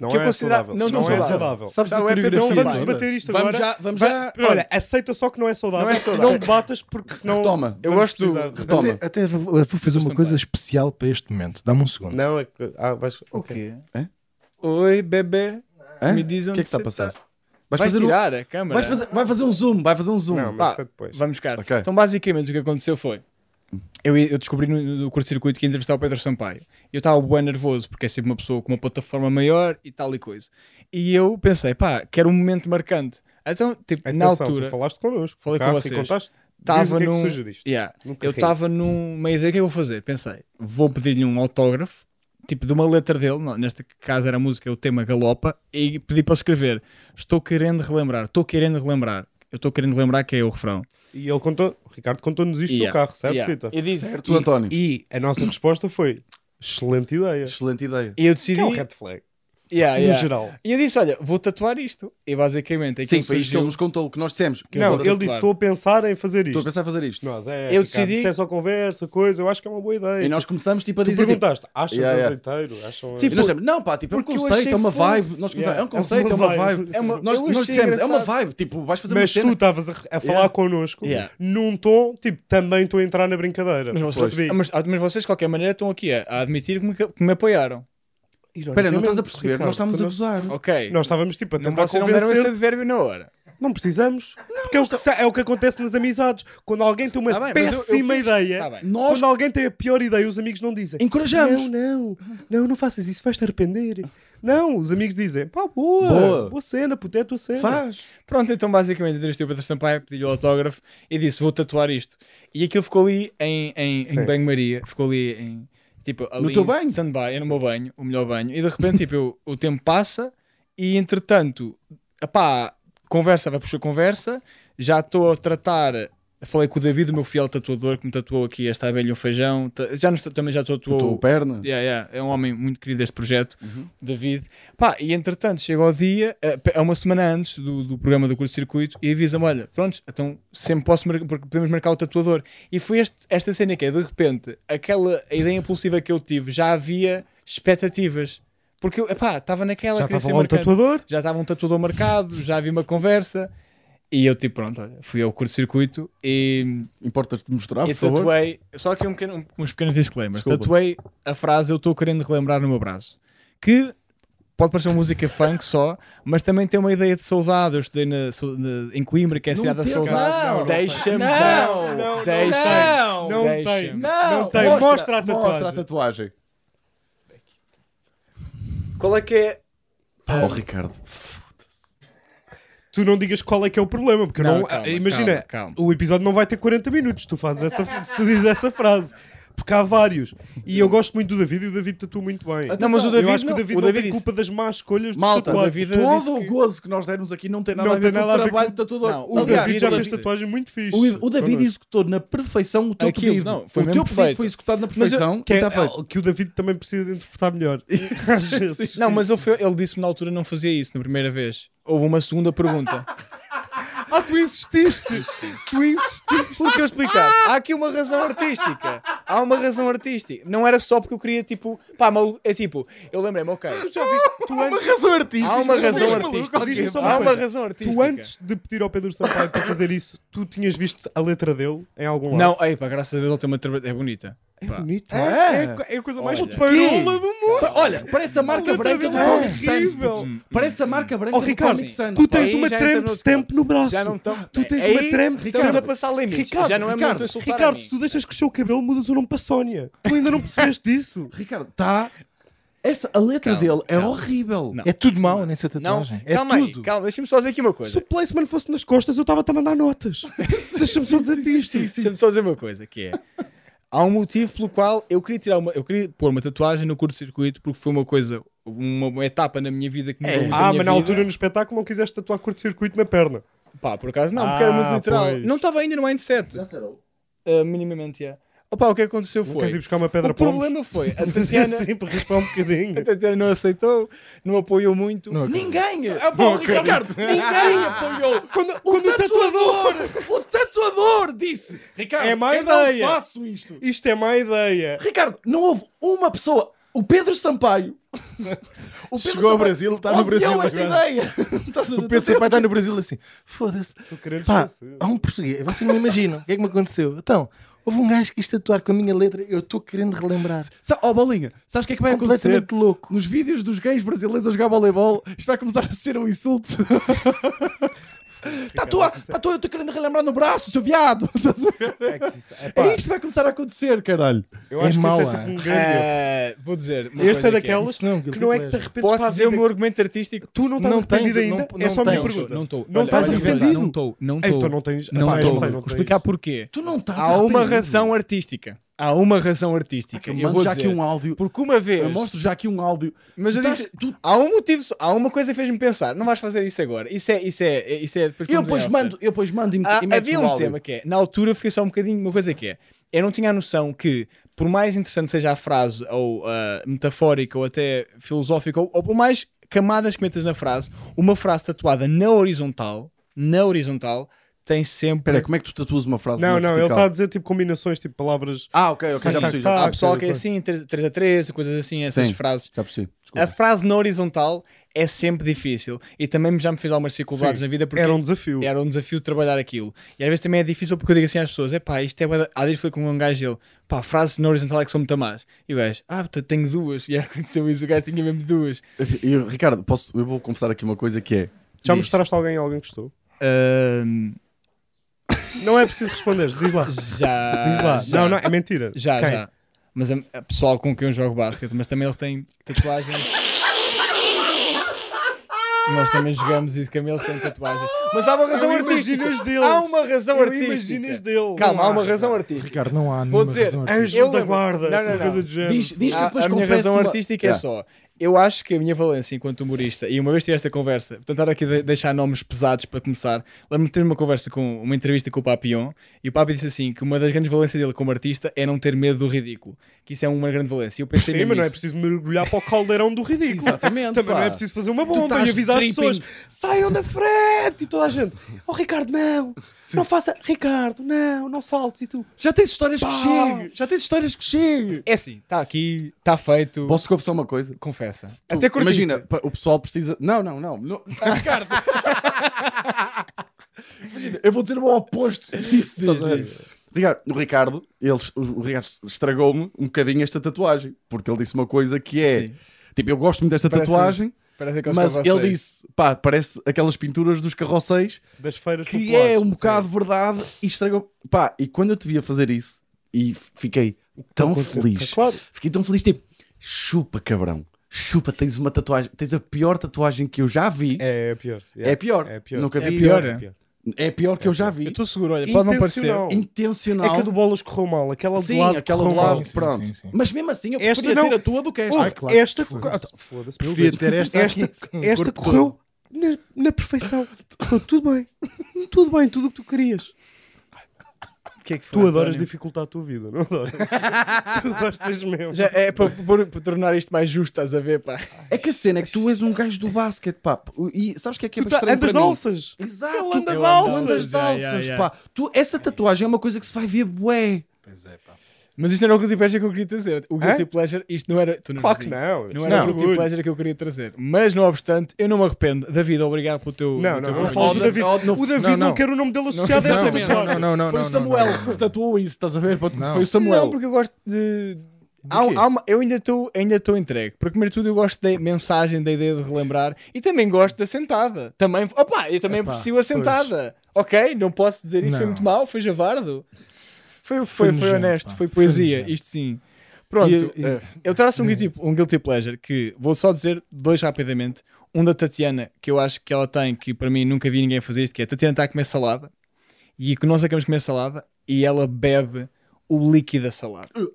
Speaker 4: Não
Speaker 2: que eu
Speaker 4: é
Speaker 2: considerava-
Speaker 4: saudável.
Speaker 2: não tão
Speaker 4: é
Speaker 2: saudável.
Speaker 4: saudável.
Speaker 5: Sabes
Speaker 2: Sabe,
Speaker 5: a
Speaker 2: é
Speaker 5: coreografia?
Speaker 4: Então
Speaker 2: Sim,
Speaker 4: vamos
Speaker 2: vai.
Speaker 4: debater isto
Speaker 3: Vamos
Speaker 4: agora.
Speaker 3: já- vamos já-
Speaker 4: Olha, aceita só que não é saudável.
Speaker 2: Não é saudável.
Speaker 4: Não debatas porque senão.
Speaker 3: Toma,
Speaker 2: Eu
Speaker 4: vamos
Speaker 2: gosto do-
Speaker 4: precisar de-
Speaker 3: Toma.
Speaker 5: Até, até vou vou fazer uma coisa especial para este momento. Dá-me um segundo.
Speaker 4: Não, é que. Ah, vais.
Speaker 2: O
Speaker 4: Ok.
Speaker 2: quê?
Speaker 3: Hã?
Speaker 2: Oi, bebê.
Speaker 3: Hã?
Speaker 2: Me diz
Speaker 3: O
Speaker 2: onde
Speaker 3: que é que está a
Speaker 2: você
Speaker 3: passar?
Speaker 2: tá.
Speaker 3: Vais
Speaker 2: Vai
Speaker 3: fazer, um-
Speaker 2: tirar a câmera.
Speaker 3: vais fazer- vai fazer um zoom, vai fazer um zoom.
Speaker 4: Não, mas
Speaker 2: Pá,
Speaker 4: isso é depois.
Speaker 2: Vamos cá.
Speaker 3: Ok.
Speaker 2: Então, basicamente, o que aconteceu foi. Eu, eu descobri no, no curto-circuito que ia entrevistar o Pedro Sampaio. Eu estava bem nervoso, porque é sempre uma pessoa com uma plataforma maior e tal e coisa. E eu pensei, pá, quero um momento marcante. Então, tipo, na
Speaker 4: Atenção, tu
Speaker 2: altura,
Speaker 4: falaste connosco.
Speaker 2: Falei com
Speaker 4: Carro, E
Speaker 2: vocês.
Speaker 4: contaste. Diz o
Speaker 2: estava
Speaker 4: que é que
Speaker 2: num.
Speaker 4: sugeriste.
Speaker 2: Yeah.
Speaker 4: Nunca
Speaker 2: Eu
Speaker 4: ri.
Speaker 2: estava numa ideia, o que é que eu vou fazer? Pensei, vou pedir-lhe um autógrafo, tipo de uma letra dele, não, neste caso era a música, é o tema Galopa, e pedi para ele escrever: Estou querendo relembrar, estou querendo relembrar, eu estou querendo lembrar que é o refrão.
Speaker 4: E ele contou, o Ricardo contou-nos isto
Speaker 2: Yeah,
Speaker 4: no carro, certo,
Speaker 2: yeah.
Speaker 4: Vitor?
Speaker 2: Eu disse,
Speaker 3: Certo, António.
Speaker 4: E a nossa resposta foi: excelente ideia.
Speaker 3: Excelente ideia.
Speaker 2: E eu
Speaker 4: Que
Speaker 2: decidi.
Speaker 4: é um red flag,
Speaker 2: Yeah,
Speaker 4: no
Speaker 2: yeah.
Speaker 4: geral.
Speaker 2: E eu disse: Olha, vou tatuar isto. E basicamente
Speaker 3: Sim,
Speaker 2: aquilo
Speaker 3: foi isto que
Speaker 2: surgiu-
Speaker 3: ele nos contou, o que nós dissemos.
Speaker 2: Que
Speaker 4: não,
Speaker 2: eu vou
Speaker 4: ele
Speaker 2: tatuar.
Speaker 4: disse: estou a pensar em fazer
Speaker 3: Estou a
Speaker 4: isto.
Speaker 3: pensar em fazer isto.
Speaker 4: Nós, é,
Speaker 2: Eu
Speaker 4: Ricardo,
Speaker 2: decidi-
Speaker 4: Isso é só conversa, coisa, eu acho que é uma boa ideia.
Speaker 3: E nós começamos tipo, a
Speaker 4: tu
Speaker 3: dizer. tipo,
Speaker 4: perguntaste: achas
Speaker 3: Yeah, yeah.
Speaker 4: azeiteiro? Acham...
Speaker 3: E nós dissemos, não, pá, tipo, é um
Speaker 2: Porque eu
Speaker 3: conceito,
Speaker 2: achei
Speaker 3: é uma
Speaker 2: fofo.
Speaker 3: vibe. Nós começamos,
Speaker 4: Yeah,
Speaker 3: é um conceito, é uma vibe.
Speaker 2: É uma-
Speaker 3: Nós,
Speaker 2: eu
Speaker 3: nós
Speaker 2: achei
Speaker 3: dissemos, é uma
Speaker 2: engraçado.
Speaker 3: vibe, tipo, vais fazer
Speaker 4: Mas
Speaker 3: uma
Speaker 4: tu
Speaker 3: cena.
Speaker 4: estavas a, a falar
Speaker 3: Yeah.
Speaker 4: connosco
Speaker 2: Yeah.
Speaker 4: num tom tipo, também estou a entrar na brincadeira.
Speaker 2: Mas
Speaker 4: Percebi.
Speaker 2: vocês, Ah, mas, mas vocês, de qualquer maneira, estão aqui a, a admitir que me, que me apoiaram.
Speaker 3: Espera, não estás a perceber,
Speaker 4: Ricardo,
Speaker 3: nós estávamos a
Speaker 4: tu não-
Speaker 3: gozar.
Speaker 2: Ok.
Speaker 4: Nós estávamos tipo a
Speaker 2: não,
Speaker 4: tentar
Speaker 3: um
Speaker 2: vocês não me deram esse
Speaker 4: convencer
Speaker 2: advérbio na hora.
Speaker 4: Não precisamos. porque é o, que, é o que acontece nas amizades. Quando alguém tem uma
Speaker 2: Tá bem, mas eu- eu
Speaker 4: péssima
Speaker 2: fiz-
Speaker 4: ideia,
Speaker 2: tá bem.
Speaker 3: Nós-
Speaker 4: quando alguém tem a pior ideia, os amigos não dizem.
Speaker 3: Encorajamos.
Speaker 4: Não, não, não, não faças isso, vais-te arrepender. Não, os amigos dizem, pá, boa, boa,
Speaker 3: Boa.
Speaker 4: cena, puto, é a tua cena.
Speaker 3: Faz.
Speaker 2: Pronto, então basicamente entrevistei o Pedro Sampaio, pedi-lhe o autógrafo e disse: Vou tatuar isto. E aquilo ficou ali em, em, em
Speaker 4: Sim.
Speaker 2: banho-maria, ficou ali em. Tipo, ali
Speaker 3: teu
Speaker 2: em
Speaker 3: banho?
Speaker 2: stand-by, no meu banho, o melhor banho. E de repente, tipo, eu- o tempo passa e entretanto, apá, conversa vai puxar conversa, já estou a tratar Falei com o David, o meu fiel tatuador, que me tatuou aqui esta abelha e um feijão. Ta- Já nos, ta- também já tatuou.
Speaker 3: Tua perna.
Speaker 2: Yeah, yeah. É um homem muito querido deste projeto, David. Pá, e entretanto chega ao dia, eh, pe- é uma semana antes do, do programa do curso-circuito, e avisa-me: olha, pronto, então sempre posso mar- porque podemos marcar o tatuador. E foi este- esta cena que é, de repente, aquela ideia impulsiva que eu tive, já havia expectativas. Porque eu, epá, estava naquela.
Speaker 4: Já
Speaker 2: queria
Speaker 4: estava
Speaker 2: ser
Speaker 4: lá um
Speaker 2: marcante
Speaker 4: tatuador.
Speaker 2: já estava um tatuador marcado, já havia uma conversa. E eu, tipo, pronto, olha, fui ao curto-circuito e,
Speaker 3: Importas-te
Speaker 4: Ah,
Speaker 3: mostrar,
Speaker 2: e
Speaker 3: por favor?
Speaker 2: tatuei. Só aqui um pequeno, um- uns pequenos disclaimers.
Speaker 3: Desculpa.
Speaker 2: Tatuei é a frase Eu estou querendo relembrar no meu braço. Que pode parecer uma música funk só, mas também tem uma ideia de saudade. Eu estudei na, sau- na- em Coimbra, que é a cidade da saudade.
Speaker 4: não,
Speaker 2: Deixa-me.
Speaker 1: Não,
Speaker 4: não,
Speaker 2: Deixa-me.
Speaker 4: Não tem.
Speaker 2: Deixa-me.
Speaker 4: Não tem. Mostra a tatuagem.
Speaker 3: Mostra a tatuagem.
Speaker 2: Qual é que é?
Speaker 3: Pá, ó, Ricardo.
Speaker 4: Tu não digas qual é que é o problema, porque eu não, eh,
Speaker 2: Não, calma,
Speaker 4: imagina,
Speaker 2: calma, calma.
Speaker 4: o episódio não vai ter 40 minutos se tu fazes essa, se tu dizes essa frase. Porque há vários. E eu gosto muito do David e o David tatua muito bem.
Speaker 2: Não, mas o
Speaker 4: eu
Speaker 2: David
Speaker 4: acho que
Speaker 2: não-
Speaker 4: o David
Speaker 2: o
Speaker 4: não
Speaker 2: David
Speaker 4: tem
Speaker 2: disse-
Speaker 4: culpa das más escolhas dos
Speaker 3: Malta, é-
Speaker 4: tatuados.
Speaker 2: David- disse
Speaker 3: todo o
Speaker 2: que-
Speaker 3: gozo que nós demos aqui não tem nada
Speaker 4: Não
Speaker 3: a ver
Speaker 4: tem
Speaker 3: com
Speaker 4: nada a
Speaker 3: o
Speaker 4: ver
Speaker 3: trabalho
Speaker 4: com-
Speaker 3: do tatuador.
Speaker 2: Não,
Speaker 4: O
Speaker 3: Aliás,
Speaker 4: David já
Speaker 2: David-
Speaker 4: fez tatuagem muito fixe.
Speaker 3: o, o David
Speaker 4: Connosco.
Speaker 3: executou na perfeição o teu
Speaker 2: Aquilo,
Speaker 3: pedido.
Speaker 2: não, foi
Speaker 3: o
Speaker 2: mesmo
Speaker 3: teu
Speaker 2: perfeito.
Speaker 3: pedido foi executado na
Speaker 2: Mas eu-
Speaker 3: perfeição e
Speaker 4: que, é,
Speaker 3: está feito.
Speaker 4: que o David também precisa de interpretar melhor. Às vezes.
Speaker 2: Não, mas ele, foi- ele disse-me na altura não fazia isso na primeira vez. Houve uma segunda pergunta.
Speaker 4: Ah, tu insististe! tu insististe!
Speaker 2: Porque eu explicar, há aqui uma razão artística. Há uma razão artística. Não era só porque eu queria, tipo, pá, maluco. É tipo, eu lembrei-me, ok.
Speaker 4: Já viste? Tu antes,
Speaker 3: razão artística.
Speaker 2: Há uma razão
Speaker 4: maluco, diz-me
Speaker 2: artística.
Speaker 4: só uma
Speaker 2: Há uma
Speaker 4: coisa.
Speaker 2: razão artística.
Speaker 4: tu antes de pedir ao Pedro Sampaio para fazer isso, tu tinhas visto a letra dele em algum lado?
Speaker 2: Não, ei, pá, graças a Deus ele tem uma tra- É bonita.
Speaker 4: É bonito.
Speaker 3: É?
Speaker 4: É, é a coisa mais
Speaker 2: Olha.
Speaker 4: parola do mundo.
Speaker 3: Olha, parece a marca branca do Comic Sans.
Speaker 4: Incrível.
Speaker 3: puto. Parece a marca branca
Speaker 4: Oh,
Speaker 3: do
Speaker 4: Ricardo,
Speaker 3: Comic Sans.
Speaker 4: Tu tens
Speaker 2: Aí
Speaker 4: uma
Speaker 2: já
Speaker 4: tramp
Speaker 2: entra no-
Speaker 4: stamp no braço.
Speaker 2: Já não tão...
Speaker 4: Tu tens
Speaker 2: Aí,
Speaker 4: uma tramp
Speaker 2: Estamos a
Speaker 4: stamp.
Speaker 2: passar limites.
Speaker 3: Ricardo,
Speaker 2: já não é
Speaker 3: Ricardo,
Speaker 2: muito insultar a
Speaker 4: Ricardo,
Speaker 2: mim.
Speaker 4: se tu deixas crescer o cabelo, mudas o nome para Sónia. Tu ainda não percebeste disso.
Speaker 3: Ricardo, tá. Essa, a letra
Speaker 2: Calma,
Speaker 3: dele é
Speaker 2: calma.
Speaker 3: horrível.
Speaker 2: Não.
Speaker 5: É tudo mau nessa
Speaker 2: Não,
Speaker 5: tatuagem. é
Speaker 2: calma aí,
Speaker 5: tudo.
Speaker 2: calma, deixa-me só dizer aqui uma coisa.
Speaker 4: Se o placement fosse nas costas, eu estava-te a mandar notas. Deixa-me só dizer isto.
Speaker 2: Deixa-me só dizer uma coisa, que é... Há um motivo pelo qual eu queria tirar uma... Eu queria pôr uma tatuagem no curto-circuito porque foi uma coisa... Uma, uma etapa na minha vida que mudou muito a
Speaker 4: Ah,
Speaker 2: minha
Speaker 4: mas
Speaker 2: vida.
Speaker 4: na altura no espetáculo não quiseste tatuar curto-circuito na perna.
Speaker 2: Pá, por acaso não, porque era muito
Speaker 4: Ah,
Speaker 2: literal.
Speaker 4: pois.
Speaker 2: Não estava ainda no mindset. Ah, minimamente, é. Opa, o que aconteceu
Speaker 4: Não queres ir
Speaker 2: foi.
Speaker 4: buscar uma pedra
Speaker 2: O
Speaker 4: para
Speaker 2: problema foi. A Tatiana,
Speaker 4: Sim, para raspar um bocadinho.
Speaker 2: a Tatiana não aceitou, não apoiou muito.
Speaker 5: Não acredito.
Speaker 3: Ninguém! É bom, Ricardo! Ninguém apoiou!
Speaker 4: Quando,
Speaker 3: Então, O
Speaker 4: quando o tatuador...
Speaker 3: tatuador! O tatuador disse! Ricardo,
Speaker 4: É má
Speaker 3: eu não
Speaker 4: ideia.
Speaker 3: faço isto!
Speaker 4: Isto é má ideia.
Speaker 3: Ricardo, não houve uma pessoa. O Pedro Sampaio. O Pedro
Speaker 5: Chegou ao Brasil,
Speaker 4: tá
Speaker 5: está no
Speaker 3: odiou
Speaker 5: Brasil
Speaker 3: esta
Speaker 5: agora.
Speaker 3: ideia. Tá Estás a ver?
Speaker 5: O Pedro Sampaio está no Brasil assim. Foda-se.
Speaker 4: Tu querendo
Speaker 5: Pá,
Speaker 4: esquecer.
Speaker 5: há um português. Vocês não imaginam. O que é que me aconteceu? Então, houve um gajo que quis tatuar com a minha letra. Eu estou querendo relembrar.
Speaker 3: Sa oh, bolinha, sabes o que é que vai acontecer?
Speaker 5: Completamente louco.
Speaker 3: Nos vídeos dos gays brasileiros a jogar voleibol, isto vai começar a ser um insulto. Tá, Tatua, tatua, eu estou querendo relembrar no braço, seu viado. Estás a ver? É isto que vai começar a acontecer, caralho.
Speaker 4: Eu
Speaker 5: É
Speaker 4: acho que
Speaker 5: mau,
Speaker 4: isto é
Speaker 5: é?
Speaker 4: tipo um grande erro.
Speaker 2: Ah, vou dizer. uma
Speaker 4: Este
Speaker 2: coisa que
Speaker 4: é daquelas
Speaker 5: Isso não, um
Speaker 4: que não é que te
Speaker 5: guilty
Speaker 4: arrependes
Speaker 2: Posso
Speaker 4: para a
Speaker 2: dizer o
Speaker 4: vida.
Speaker 2: meu argumento artístico?
Speaker 4: Tu não estás
Speaker 5: Não
Speaker 4: arrependido
Speaker 5: tens,
Speaker 4: ainda?
Speaker 5: não-
Speaker 4: é
Speaker 5: não
Speaker 4: só a minha
Speaker 5: tens.
Speaker 4: pergunta.
Speaker 2: Não estou.
Speaker 4: Não estás arrependido?
Speaker 2: Não estou. Não
Speaker 4: Ei, tu
Speaker 2: estou.
Speaker 4: não tens...
Speaker 2: Não
Speaker 4: Epá, eu
Speaker 5: tens,
Speaker 2: estou.
Speaker 4: sei,
Speaker 2: Vou
Speaker 4: tens.
Speaker 2: explicar porquê.
Speaker 3: Tu não estás
Speaker 2: Há uma
Speaker 3: arrependido.
Speaker 2: razão artística. Há uma razão artística.
Speaker 3: Eu
Speaker 2: Eu,
Speaker 3: mando
Speaker 2: vou
Speaker 3: já
Speaker 2: dizer.
Speaker 3: aqui um áudio.
Speaker 2: Porque uma vez.
Speaker 3: Eu mostro já aqui um áudio.
Speaker 2: Mas eu
Speaker 3: Tu estás-
Speaker 2: disse.
Speaker 3: tu-
Speaker 2: Há um motivo. só- Há uma coisa que fez-me pensar. Não vais fazer isso agora. Isso é. Isso é. Isso é depois
Speaker 3: Eu
Speaker 2: vamos em
Speaker 3: depois
Speaker 2: off.
Speaker 3: mando, eu depois mando e, me-
Speaker 2: Ah,
Speaker 3: e meto
Speaker 2: havia
Speaker 3: o
Speaker 2: um
Speaker 3: áudio.
Speaker 2: tema que é, na altura eu fiquei só um bocadinho, uma coisa que é, eu não tinha a noção que, por mais interessante seja a frase, ou ah, metafórica, ou até filosófica, ou, ou por mais camadas que metas na frase, uma frase tatuada na horizontal, na horizontal, tem sempre...
Speaker 3: Espera, como é que tu tatuas uma frase
Speaker 4: Não,
Speaker 3: na
Speaker 4: não, ele
Speaker 3: vertical?
Speaker 4: está a dizer tipo combinações, tipo palavras...
Speaker 3: Ah, ok, ok,
Speaker 4: Sim,
Speaker 3: já
Speaker 4: tá-
Speaker 3: percebi.
Speaker 4: tá.
Speaker 3: Já
Speaker 2: Há pessoal
Speaker 4: ok,
Speaker 2: que é
Speaker 4: ok.
Speaker 2: assim, 3 a 3, coisas assim, essas
Speaker 3: Sim.
Speaker 2: frases.
Speaker 3: já percebi.
Speaker 2: A
Speaker 3: Desculpa.
Speaker 2: frase na horizontal é sempre difícil e também já me fez algumas dificuldades na vida porque
Speaker 4: Era um desafio.
Speaker 2: era um desafio trabalhar aquilo. E às vezes também é difícil porque eu digo assim às pessoas: é pá, isto é. bué da-" Há dias falei com um gajo e ele, pá, frases na horizontal é que são muito más. E o gajo, ah, puta, tenho duas. E aí aconteceu isso, o gajo tinha mesmo duas.
Speaker 3: E, Ricardo, posso, eu vou confessar aqui uma coisa que é.
Speaker 4: Já
Speaker 2: Diz.
Speaker 4: mostraste alguém alguém que gostou?
Speaker 2: Ahm,
Speaker 4: Não é preciso responder, diz lá. Diz
Speaker 2: já.
Speaker 4: lá.
Speaker 2: Já,
Speaker 4: Não, não, é mentira.
Speaker 2: Já,
Speaker 4: Quem?
Speaker 2: já. Mas a, a pessoal com quem eu jogo basquete, mas também eles têm tatuagens. Nós também jogamos isso, também eles têm tatuagens. Mas há uma razão
Speaker 4: Eu
Speaker 2: artística.
Speaker 4: imagino as deles.
Speaker 2: Há uma razão
Speaker 4: Eu imagino as
Speaker 2: artística.
Speaker 4: dele.
Speaker 2: Calma,
Speaker 4: Não
Speaker 2: há uma razão artística.
Speaker 5: Ricardo, não há
Speaker 2: Vou
Speaker 5: nenhuma
Speaker 2: dizer,
Speaker 5: razão
Speaker 4: há.
Speaker 5: artística.
Speaker 4: Anjo
Speaker 2: Eu
Speaker 4: da
Speaker 2: lembro-
Speaker 4: guarda,
Speaker 2: Não,
Speaker 4: essa
Speaker 2: não,
Speaker 4: coisa
Speaker 2: não.
Speaker 4: do género.
Speaker 3: Diz, diz que
Speaker 2: a,
Speaker 3: depois
Speaker 2: a minha
Speaker 3: confesso
Speaker 2: razão
Speaker 3: uma-
Speaker 2: artística é
Speaker 3: Yeah.
Speaker 2: só eu acho que a minha valência enquanto humorista, e uma vez tive esta conversa, vou tentar aqui de- deixar nomes pesados para começar. Lembro-me de ter uma conversa com uma entrevista com o Papion, e o Papi disse assim: que uma das grandes valências dele como artista é não ter medo do ridículo, que isso é uma grande valência. E Eu pensei
Speaker 4: Sim,
Speaker 2: mesmo
Speaker 4: mas não é
Speaker 2: nisso.
Speaker 4: preciso mergulhar para o caldeirão do ridículo.
Speaker 2: Exatamente,
Speaker 4: Também
Speaker 2: pá.
Speaker 4: não é preciso fazer uma bomba
Speaker 2: estás
Speaker 4: e avisar
Speaker 2: tripping.
Speaker 4: as pessoas: saiam da frente! E toda a gente: Oh Ricardo, não! Não faça. Ricardo, não! Não saltes! E tu:
Speaker 2: Já tens histórias
Speaker 4: Pá.
Speaker 2: que chegue, já tens histórias que chegue. É assim, está aqui, está feito,
Speaker 3: Posso confessar uma coisa?
Speaker 2: confessa.
Speaker 3: Tu,
Speaker 2: Até curtiste.
Speaker 3: Imagina, pa- o pessoal precisa. Não, não, não. não- Ricardo! imagina, eu vou dizer o oposto disso. estás a ver? Ricardo, o Ricardo, ele, o Ricardo estragou-me um bocadinho esta tatuagem, porque ele disse uma coisa que é.
Speaker 2: Sim.
Speaker 3: Tipo, eu gosto muito desta
Speaker 2: Parece-
Speaker 3: tatuagem,
Speaker 2: Parece aqueles
Speaker 3: mas
Speaker 2: carroceiros.
Speaker 3: ele disse, pá, parece aquelas pinturas dos carroceiros,
Speaker 4: Das feiras
Speaker 3: que
Speaker 4: populares.
Speaker 3: é um bocado verdade e estragou. Pá, e quando eu te via fazer isso, e f- fiquei tão feliz,
Speaker 4: Claro.
Speaker 3: fiquei tão feliz, tipo, chupa cabrão, chupa, tens uma tatuagem, tens a pior tatuagem que eu já vi.
Speaker 4: É, é pior.
Speaker 3: É, pior.
Speaker 4: É pior.
Speaker 3: Nunca
Speaker 2: É
Speaker 3: vi.
Speaker 2: pior, é?
Speaker 3: É pior que eu já vi.
Speaker 2: Eu estou seguro, olha, pode não parecer.
Speaker 4: Intencional.
Speaker 3: Intencional.
Speaker 4: É que a do Bolas correu mal. Aquela do
Speaker 3: Sim,
Speaker 4: lado
Speaker 3: aquela
Speaker 4: correu
Speaker 3: do lado,
Speaker 4: mal.
Speaker 6: sim,
Speaker 3: pronto.
Speaker 6: sim, sim.
Speaker 3: Mas mesmo assim, eu
Speaker 4: Esta
Speaker 3: preferia
Speaker 4: não.
Speaker 3: ter a tua do que esta.
Speaker 4: Ouve,
Speaker 5: Ai, claro,
Speaker 4: esta
Speaker 5: foda-se.
Speaker 4: Ah, tá, foda-se. meu
Speaker 5: Preferia
Speaker 4: Deus.
Speaker 5: ter esta aqui. com o
Speaker 4: esta
Speaker 5: corpo
Speaker 4: correu na, na perfeição. Correu tudo bem. Tudo bem, tudo o que tu querias.
Speaker 2: que é que foi,
Speaker 4: Tu adoras
Speaker 2: António?
Speaker 4: dificultar a tua vida, não adoras? tu gostas mesmo.
Speaker 2: Já é para tornar isto mais justo, estás a ver, pá.
Speaker 3: É que a cena é que tu és um gajo do basquete, pá. E sabes o que é que é
Speaker 4: tu
Speaker 3: para
Speaker 4: tá,
Speaker 3: estranho
Speaker 4: andas
Speaker 3: para mim?
Speaker 4: alças.
Speaker 3: Exato. Ele anda
Speaker 2: de
Speaker 3: de
Speaker 2: alças,
Speaker 3: alças, de
Speaker 2: já,
Speaker 3: alças,
Speaker 2: já, já.
Speaker 3: pá. Tu, essa tatuagem é uma coisa que se vai ver bué.
Speaker 6: Pois é, pá.
Speaker 2: Mas isto não era o guilty pleasure que eu queria trazer. O guilty
Speaker 4: Hã?
Speaker 2: pleasure, isto não era. Tu não,
Speaker 4: Claro que
Speaker 2: assim,
Speaker 4: não.
Speaker 2: Não era
Speaker 5: Não.
Speaker 2: o guilty pleasure que eu queria trazer. Mas não obstante, eu não me arrependo. David, obrigado pelo teu.
Speaker 4: Não,
Speaker 2: pelo
Speaker 4: não,
Speaker 2: teu
Speaker 4: não,
Speaker 2: convite.
Speaker 4: falas do
Speaker 6: Não,
Speaker 4: David.
Speaker 6: não,
Speaker 4: o David não,
Speaker 6: não, não.
Speaker 4: quer o nome dele associado a
Speaker 6: Não,
Speaker 4: essa
Speaker 6: não,
Speaker 4: tatuagem.
Speaker 6: não, não, não,
Speaker 3: Foi o
Speaker 6: não,
Speaker 3: Samuel
Speaker 6: não.
Speaker 3: que se tatuou isso, estás a ver?
Speaker 6: Não.
Speaker 3: Foi o Samuel.
Speaker 2: Não, porque eu gosto de.
Speaker 6: De
Speaker 2: Há um-
Speaker 6: quê?
Speaker 2: há uma- eu ainda estou ainda estou entregue. Porque, primeiro de tudo, eu gosto da mensagem, da ideia de relembrar. E também gosto da sentada. Também, opa, eu também
Speaker 6: Epá,
Speaker 2: aprecio a sentada. Ok, não posso dizer isso. Foi
Speaker 6: Não.
Speaker 2: muito mal, foi javardo. Foi, foi, foi,
Speaker 6: nojento,
Speaker 2: honesto,
Speaker 6: pá.
Speaker 2: foi
Speaker 6: Foi
Speaker 2: poesia.
Speaker 6: nojento.
Speaker 2: isto sim. Pronto,
Speaker 6: E- e-
Speaker 2: eh, eu traço um guilty, um guilty pleasure que vou só dizer dois rapidamente. Um da Tatiana, que eu acho que ela tem, que para mim nunca vi ninguém fazer isto, que é a Tatiana está a comer salada e que nós acabamos de comer salada e ela bebe o líquido da salada.
Speaker 4: Uh. Hum.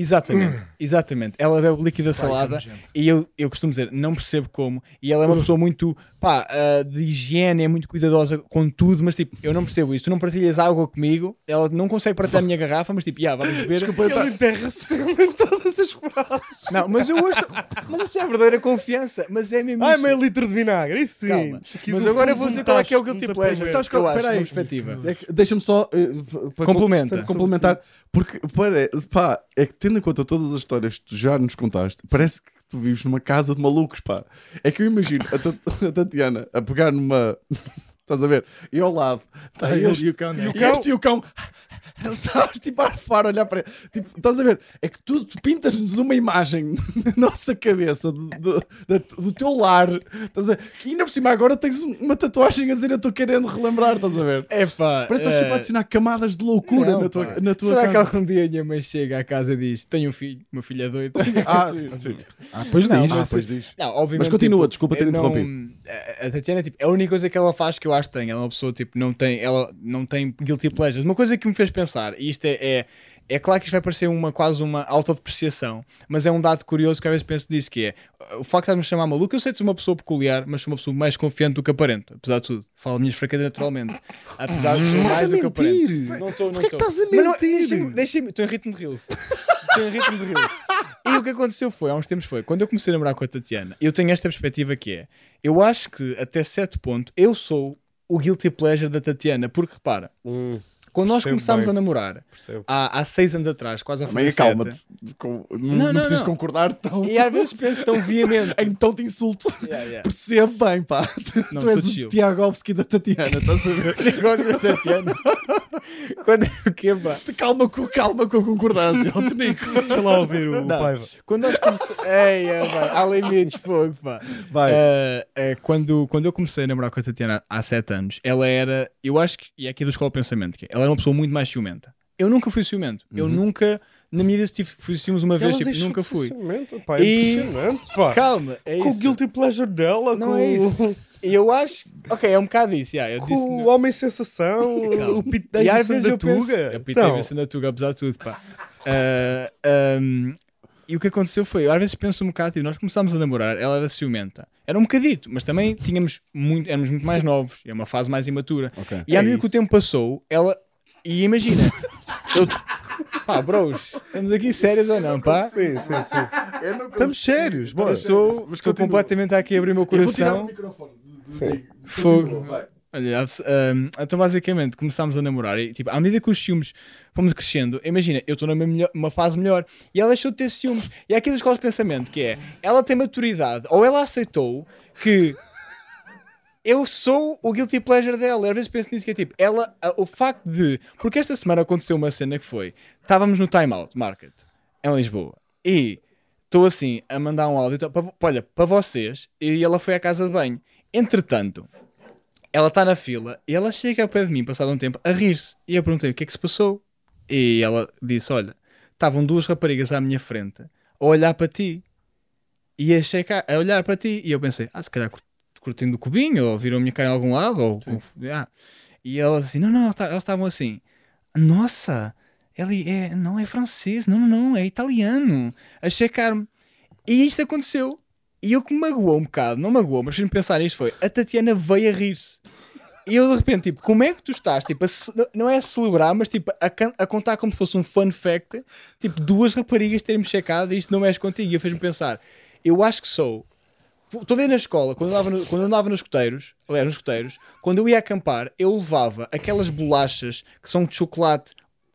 Speaker 2: Exatamente, exatamente. Ela bebe o líquido da
Speaker 4: é
Speaker 2: salada e eu, eu costumo dizer, não percebo como. E ela é uma
Speaker 4: Uh.
Speaker 2: pessoa muito, pá, ah, de higiene, é muito cuidadosa com tudo, mas tipo, eu não percebo isso. Tu não partilhas água comigo, ela não consegue partilhar a minha garrafa, mas tipo, já, vamos beber.
Speaker 4: Ele enterra sempre em todas as frases.
Speaker 2: Não, mas eu gosto. Mas isso é a verdadeira confiança. Mas é mesmo
Speaker 4: Ai,
Speaker 2: isso.
Speaker 4: meio litro de vinagre, isso sim.
Speaker 2: Calma.
Speaker 4: Aqui
Speaker 2: Mas
Speaker 4: do
Speaker 2: agora eu
Speaker 4: fundo
Speaker 2: vou
Speaker 4: de
Speaker 2: dizer
Speaker 4: um
Speaker 2: qual é que é o
Speaker 4: tacho,
Speaker 2: guilty
Speaker 4: não tem
Speaker 2: pleasure.
Speaker 4: problema.
Speaker 2: Sabes qual é
Speaker 3: Peraí.
Speaker 2: a perspectiva?
Speaker 3: É que- Deixa-me só. eh, f- para
Speaker 2: Complementa.
Speaker 3: contestar- Complementar. Porque, para, pá, é que tendo em conta todas as histórias que tu já nos contaste, parece que tu vives numa casa de malucos, pá. É que eu imagino a, Tat- a Tatiana a pegar numa. Estás a ver? E ao lado. Tá
Speaker 6: Aí
Speaker 3: ele
Speaker 6: este e o cão, né?
Speaker 3: E este e o cão. Sabes, tipo, a arfar, olhar para ele. Tipo, estás a ver? É que tu pintas-nos uma imagem na nossa cabeça do, do- da- do teu lar. Estás a ver? E ainda por cima agora tens um- uma tatuagem a dizer eu estou querendo relembrar, estás a ver?
Speaker 2: É
Speaker 3: Parece
Speaker 2: pá.
Speaker 3: que estás sempre a adicionar camadas de loucura na tua, na tua
Speaker 2: Será
Speaker 3: casa.
Speaker 2: que algum dia a minha mãe chega à casa e diz: Tenho um filho, meu filho é doido?
Speaker 3: Ah,
Speaker 6: Ah, pois
Speaker 2: Não,
Speaker 6: diz.
Speaker 2: mas-
Speaker 3: pois diz.
Speaker 2: Não, obviamente.
Speaker 3: Mas continua,
Speaker 2: tipo,
Speaker 3: desculpa ter
Speaker 2: eu não-
Speaker 3: interrompido.
Speaker 2: A a Tatiana, tipo, é a única coisa que ela faz que eu acho que tem. Ela é uma pessoa, tipo, não tem, ela não tem guilty pleasures. Uma coisa que me fez pensar, e isto é. é é claro que isto vai parecer uma, quase uma autodepreciação, mas é um dado curioso que às vezes penso disso, que é uh, o facto de estás-me a chamar maluco, eu sei que sou uma pessoa peculiar, mas sou uma pessoa mais confiante do que aparento, apesar de tudo. Falo as minhas fraquezas naturalmente, apesar de ser mais do que aparento. Não estou, não
Speaker 4: Porquê que
Speaker 2: estou.
Speaker 4: estás a
Speaker 2: Mas não-
Speaker 4: mentir?
Speaker 2: Deixa-me, deixa-me, estou em ritmo de reels. Estou em ritmo de reels. E o que aconteceu foi, há uns tempos foi, quando eu comecei a namorar com a Tatiana, eu tenho esta perspectiva que é, eu acho que até certo ponto eu sou o guilty pleasure da Tatiana, porque repara,
Speaker 4: Hum,
Speaker 2: quando nós
Speaker 4: Percebo
Speaker 2: começámos
Speaker 4: bem.
Speaker 2: a namorar,
Speaker 4: percebo.
Speaker 2: há, há seis anos atrás, quase a fazer
Speaker 3: Meia
Speaker 2: sete,
Speaker 3: calma-te. Com- Não, não,
Speaker 2: não,
Speaker 3: preciso
Speaker 2: não.
Speaker 3: concordar tão.
Speaker 2: e às vezes penso tão veemente.
Speaker 3: Então te insulto.
Speaker 2: Yeah, yeah.
Speaker 3: Percebe bem, pá. Tu,
Speaker 2: Não,
Speaker 3: tu és
Speaker 2: tô
Speaker 3: o
Speaker 2: chill.
Speaker 3: Tiagovski da Tatiana, estás a ver?
Speaker 2: Eu gosto da Tatiana. Quando o quê, pá?
Speaker 3: calma, com, calma com a concordância, ó, Tonico.
Speaker 4: Deixa lá ouvir o
Speaker 2: Não.
Speaker 4: Paiva.
Speaker 2: Quando nós começamos. Ei, é, vai, há limites, fogo, pá.
Speaker 3: Vai.
Speaker 2: Eh, eh, quando, quando eu comecei a namorar com a Tatiana há 7 anos, ela era, eu acho que, e é aqui do Escola Pensamento, que ela era uma pessoa muito mais ciumenta. Eu nunca fui ciumento. Eu nunca, na minha vida, se tive- fui ciúmes uma vez, tipo, nunca fui.
Speaker 4: Pá, é
Speaker 2: E-
Speaker 4: impressionante, pá.
Speaker 2: Calma, é
Speaker 4: com o
Speaker 2: isso.
Speaker 4: guilty pleasure dela,
Speaker 2: Não
Speaker 4: com,
Speaker 2: é isso. E eu acho. Ok, é um bocado isso. yeah, eu
Speaker 4: com
Speaker 2: disse
Speaker 4: o
Speaker 2: no-
Speaker 4: Homem Sensação,
Speaker 2: Calma.
Speaker 4: o Pete
Speaker 2: E às
Speaker 4: Davidson
Speaker 2: vezes
Speaker 4: da
Speaker 2: eu
Speaker 4: Tuga.
Speaker 2: penso. É o Pete
Speaker 4: Então,
Speaker 2: Davidson da Tuga, apesar de tudo, pá. Ah, ahm, E o que aconteceu foi, eu às vezes penso um bocado, tipo, nós começámos a namorar, ela era ciumenta. Era um bocadito, mas também tínhamos muito, éramos muito mais novos, é uma fase mais imatura.
Speaker 3: Ok.
Speaker 2: E à medida que o tempo passou, ela. E imagina, eu. Pá, bros, estamos aqui sérios ou não, pá?
Speaker 4: Sim, sim, sim.
Speaker 3: Estamos sérios,
Speaker 2: Eu
Speaker 3: bora.
Speaker 2: estou,
Speaker 3: Mas
Speaker 2: estou
Speaker 3: continua.
Speaker 2: completamente aqui a abrir o meu
Speaker 1: Eu vou tirar
Speaker 2: coração.
Speaker 1: o microfone. do- do-
Speaker 4: Sim.
Speaker 1: do-
Speaker 2: Fogo.
Speaker 1: Vai.
Speaker 2: Olha, abs- ahm, então basicamente começámos a namorar e tipo, à medida que os ciúmes fomos crescendo, imagina, eu estou numa melhor- uma fase melhor e ela deixou de ter ciúmes. E há aqui duas escolas de pensamento que é, ela tem maturidade, ou ela aceitou que eu sou o guilty pleasure dela. E Às vezes penso nisso que é tipo, ela, a- o facto de, porque esta semana aconteceu uma cena que foi, estávamos no Time Out Market em Lisboa e estou assim a mandar um áudio, tô- pa- olha, para vocês, e ela foi à casa de banho. Entretanto, ela está na fila e ela chega ao pé de mim, passado um tempo, a rir-se. E eu perguntei o que é que se passou. E ela disse: Olha, estavam duas raparigas à minha frente a olhar para ti e a, checar, a olhar para ti. E eu pensei: Ah, se calhar cur- curtindo o cubinho, ou viram a minha cara em algum lado, ou. conf- Ah. E ela assim: Não, não, elas ta- elas estavam assim: Nossa, ele é, não é francês, não, não, não, é italiano. A checar-me. E isto aconteceu. E eu que me magoou um bocado, não magoou, mas fez-me pensar nisto foi, a Tatiana veio a rir-se. E eu de repente, tipo, como é que tu estás, tipo, a ce- não é a celebrar, mas tipo, a, can- a contar como se fosse um fun fact, tipo, duas raparigas terem-me checado e isto não mexe contigo. E eu fez-me pensar, eu acho que sou... Estou a ver na escola, quando eu, andava no- quando eu andava nos escuteiros, aliás, nos escuteiros, quando eu ia acampar, eu levava aquelas bolachas que são de chocolate,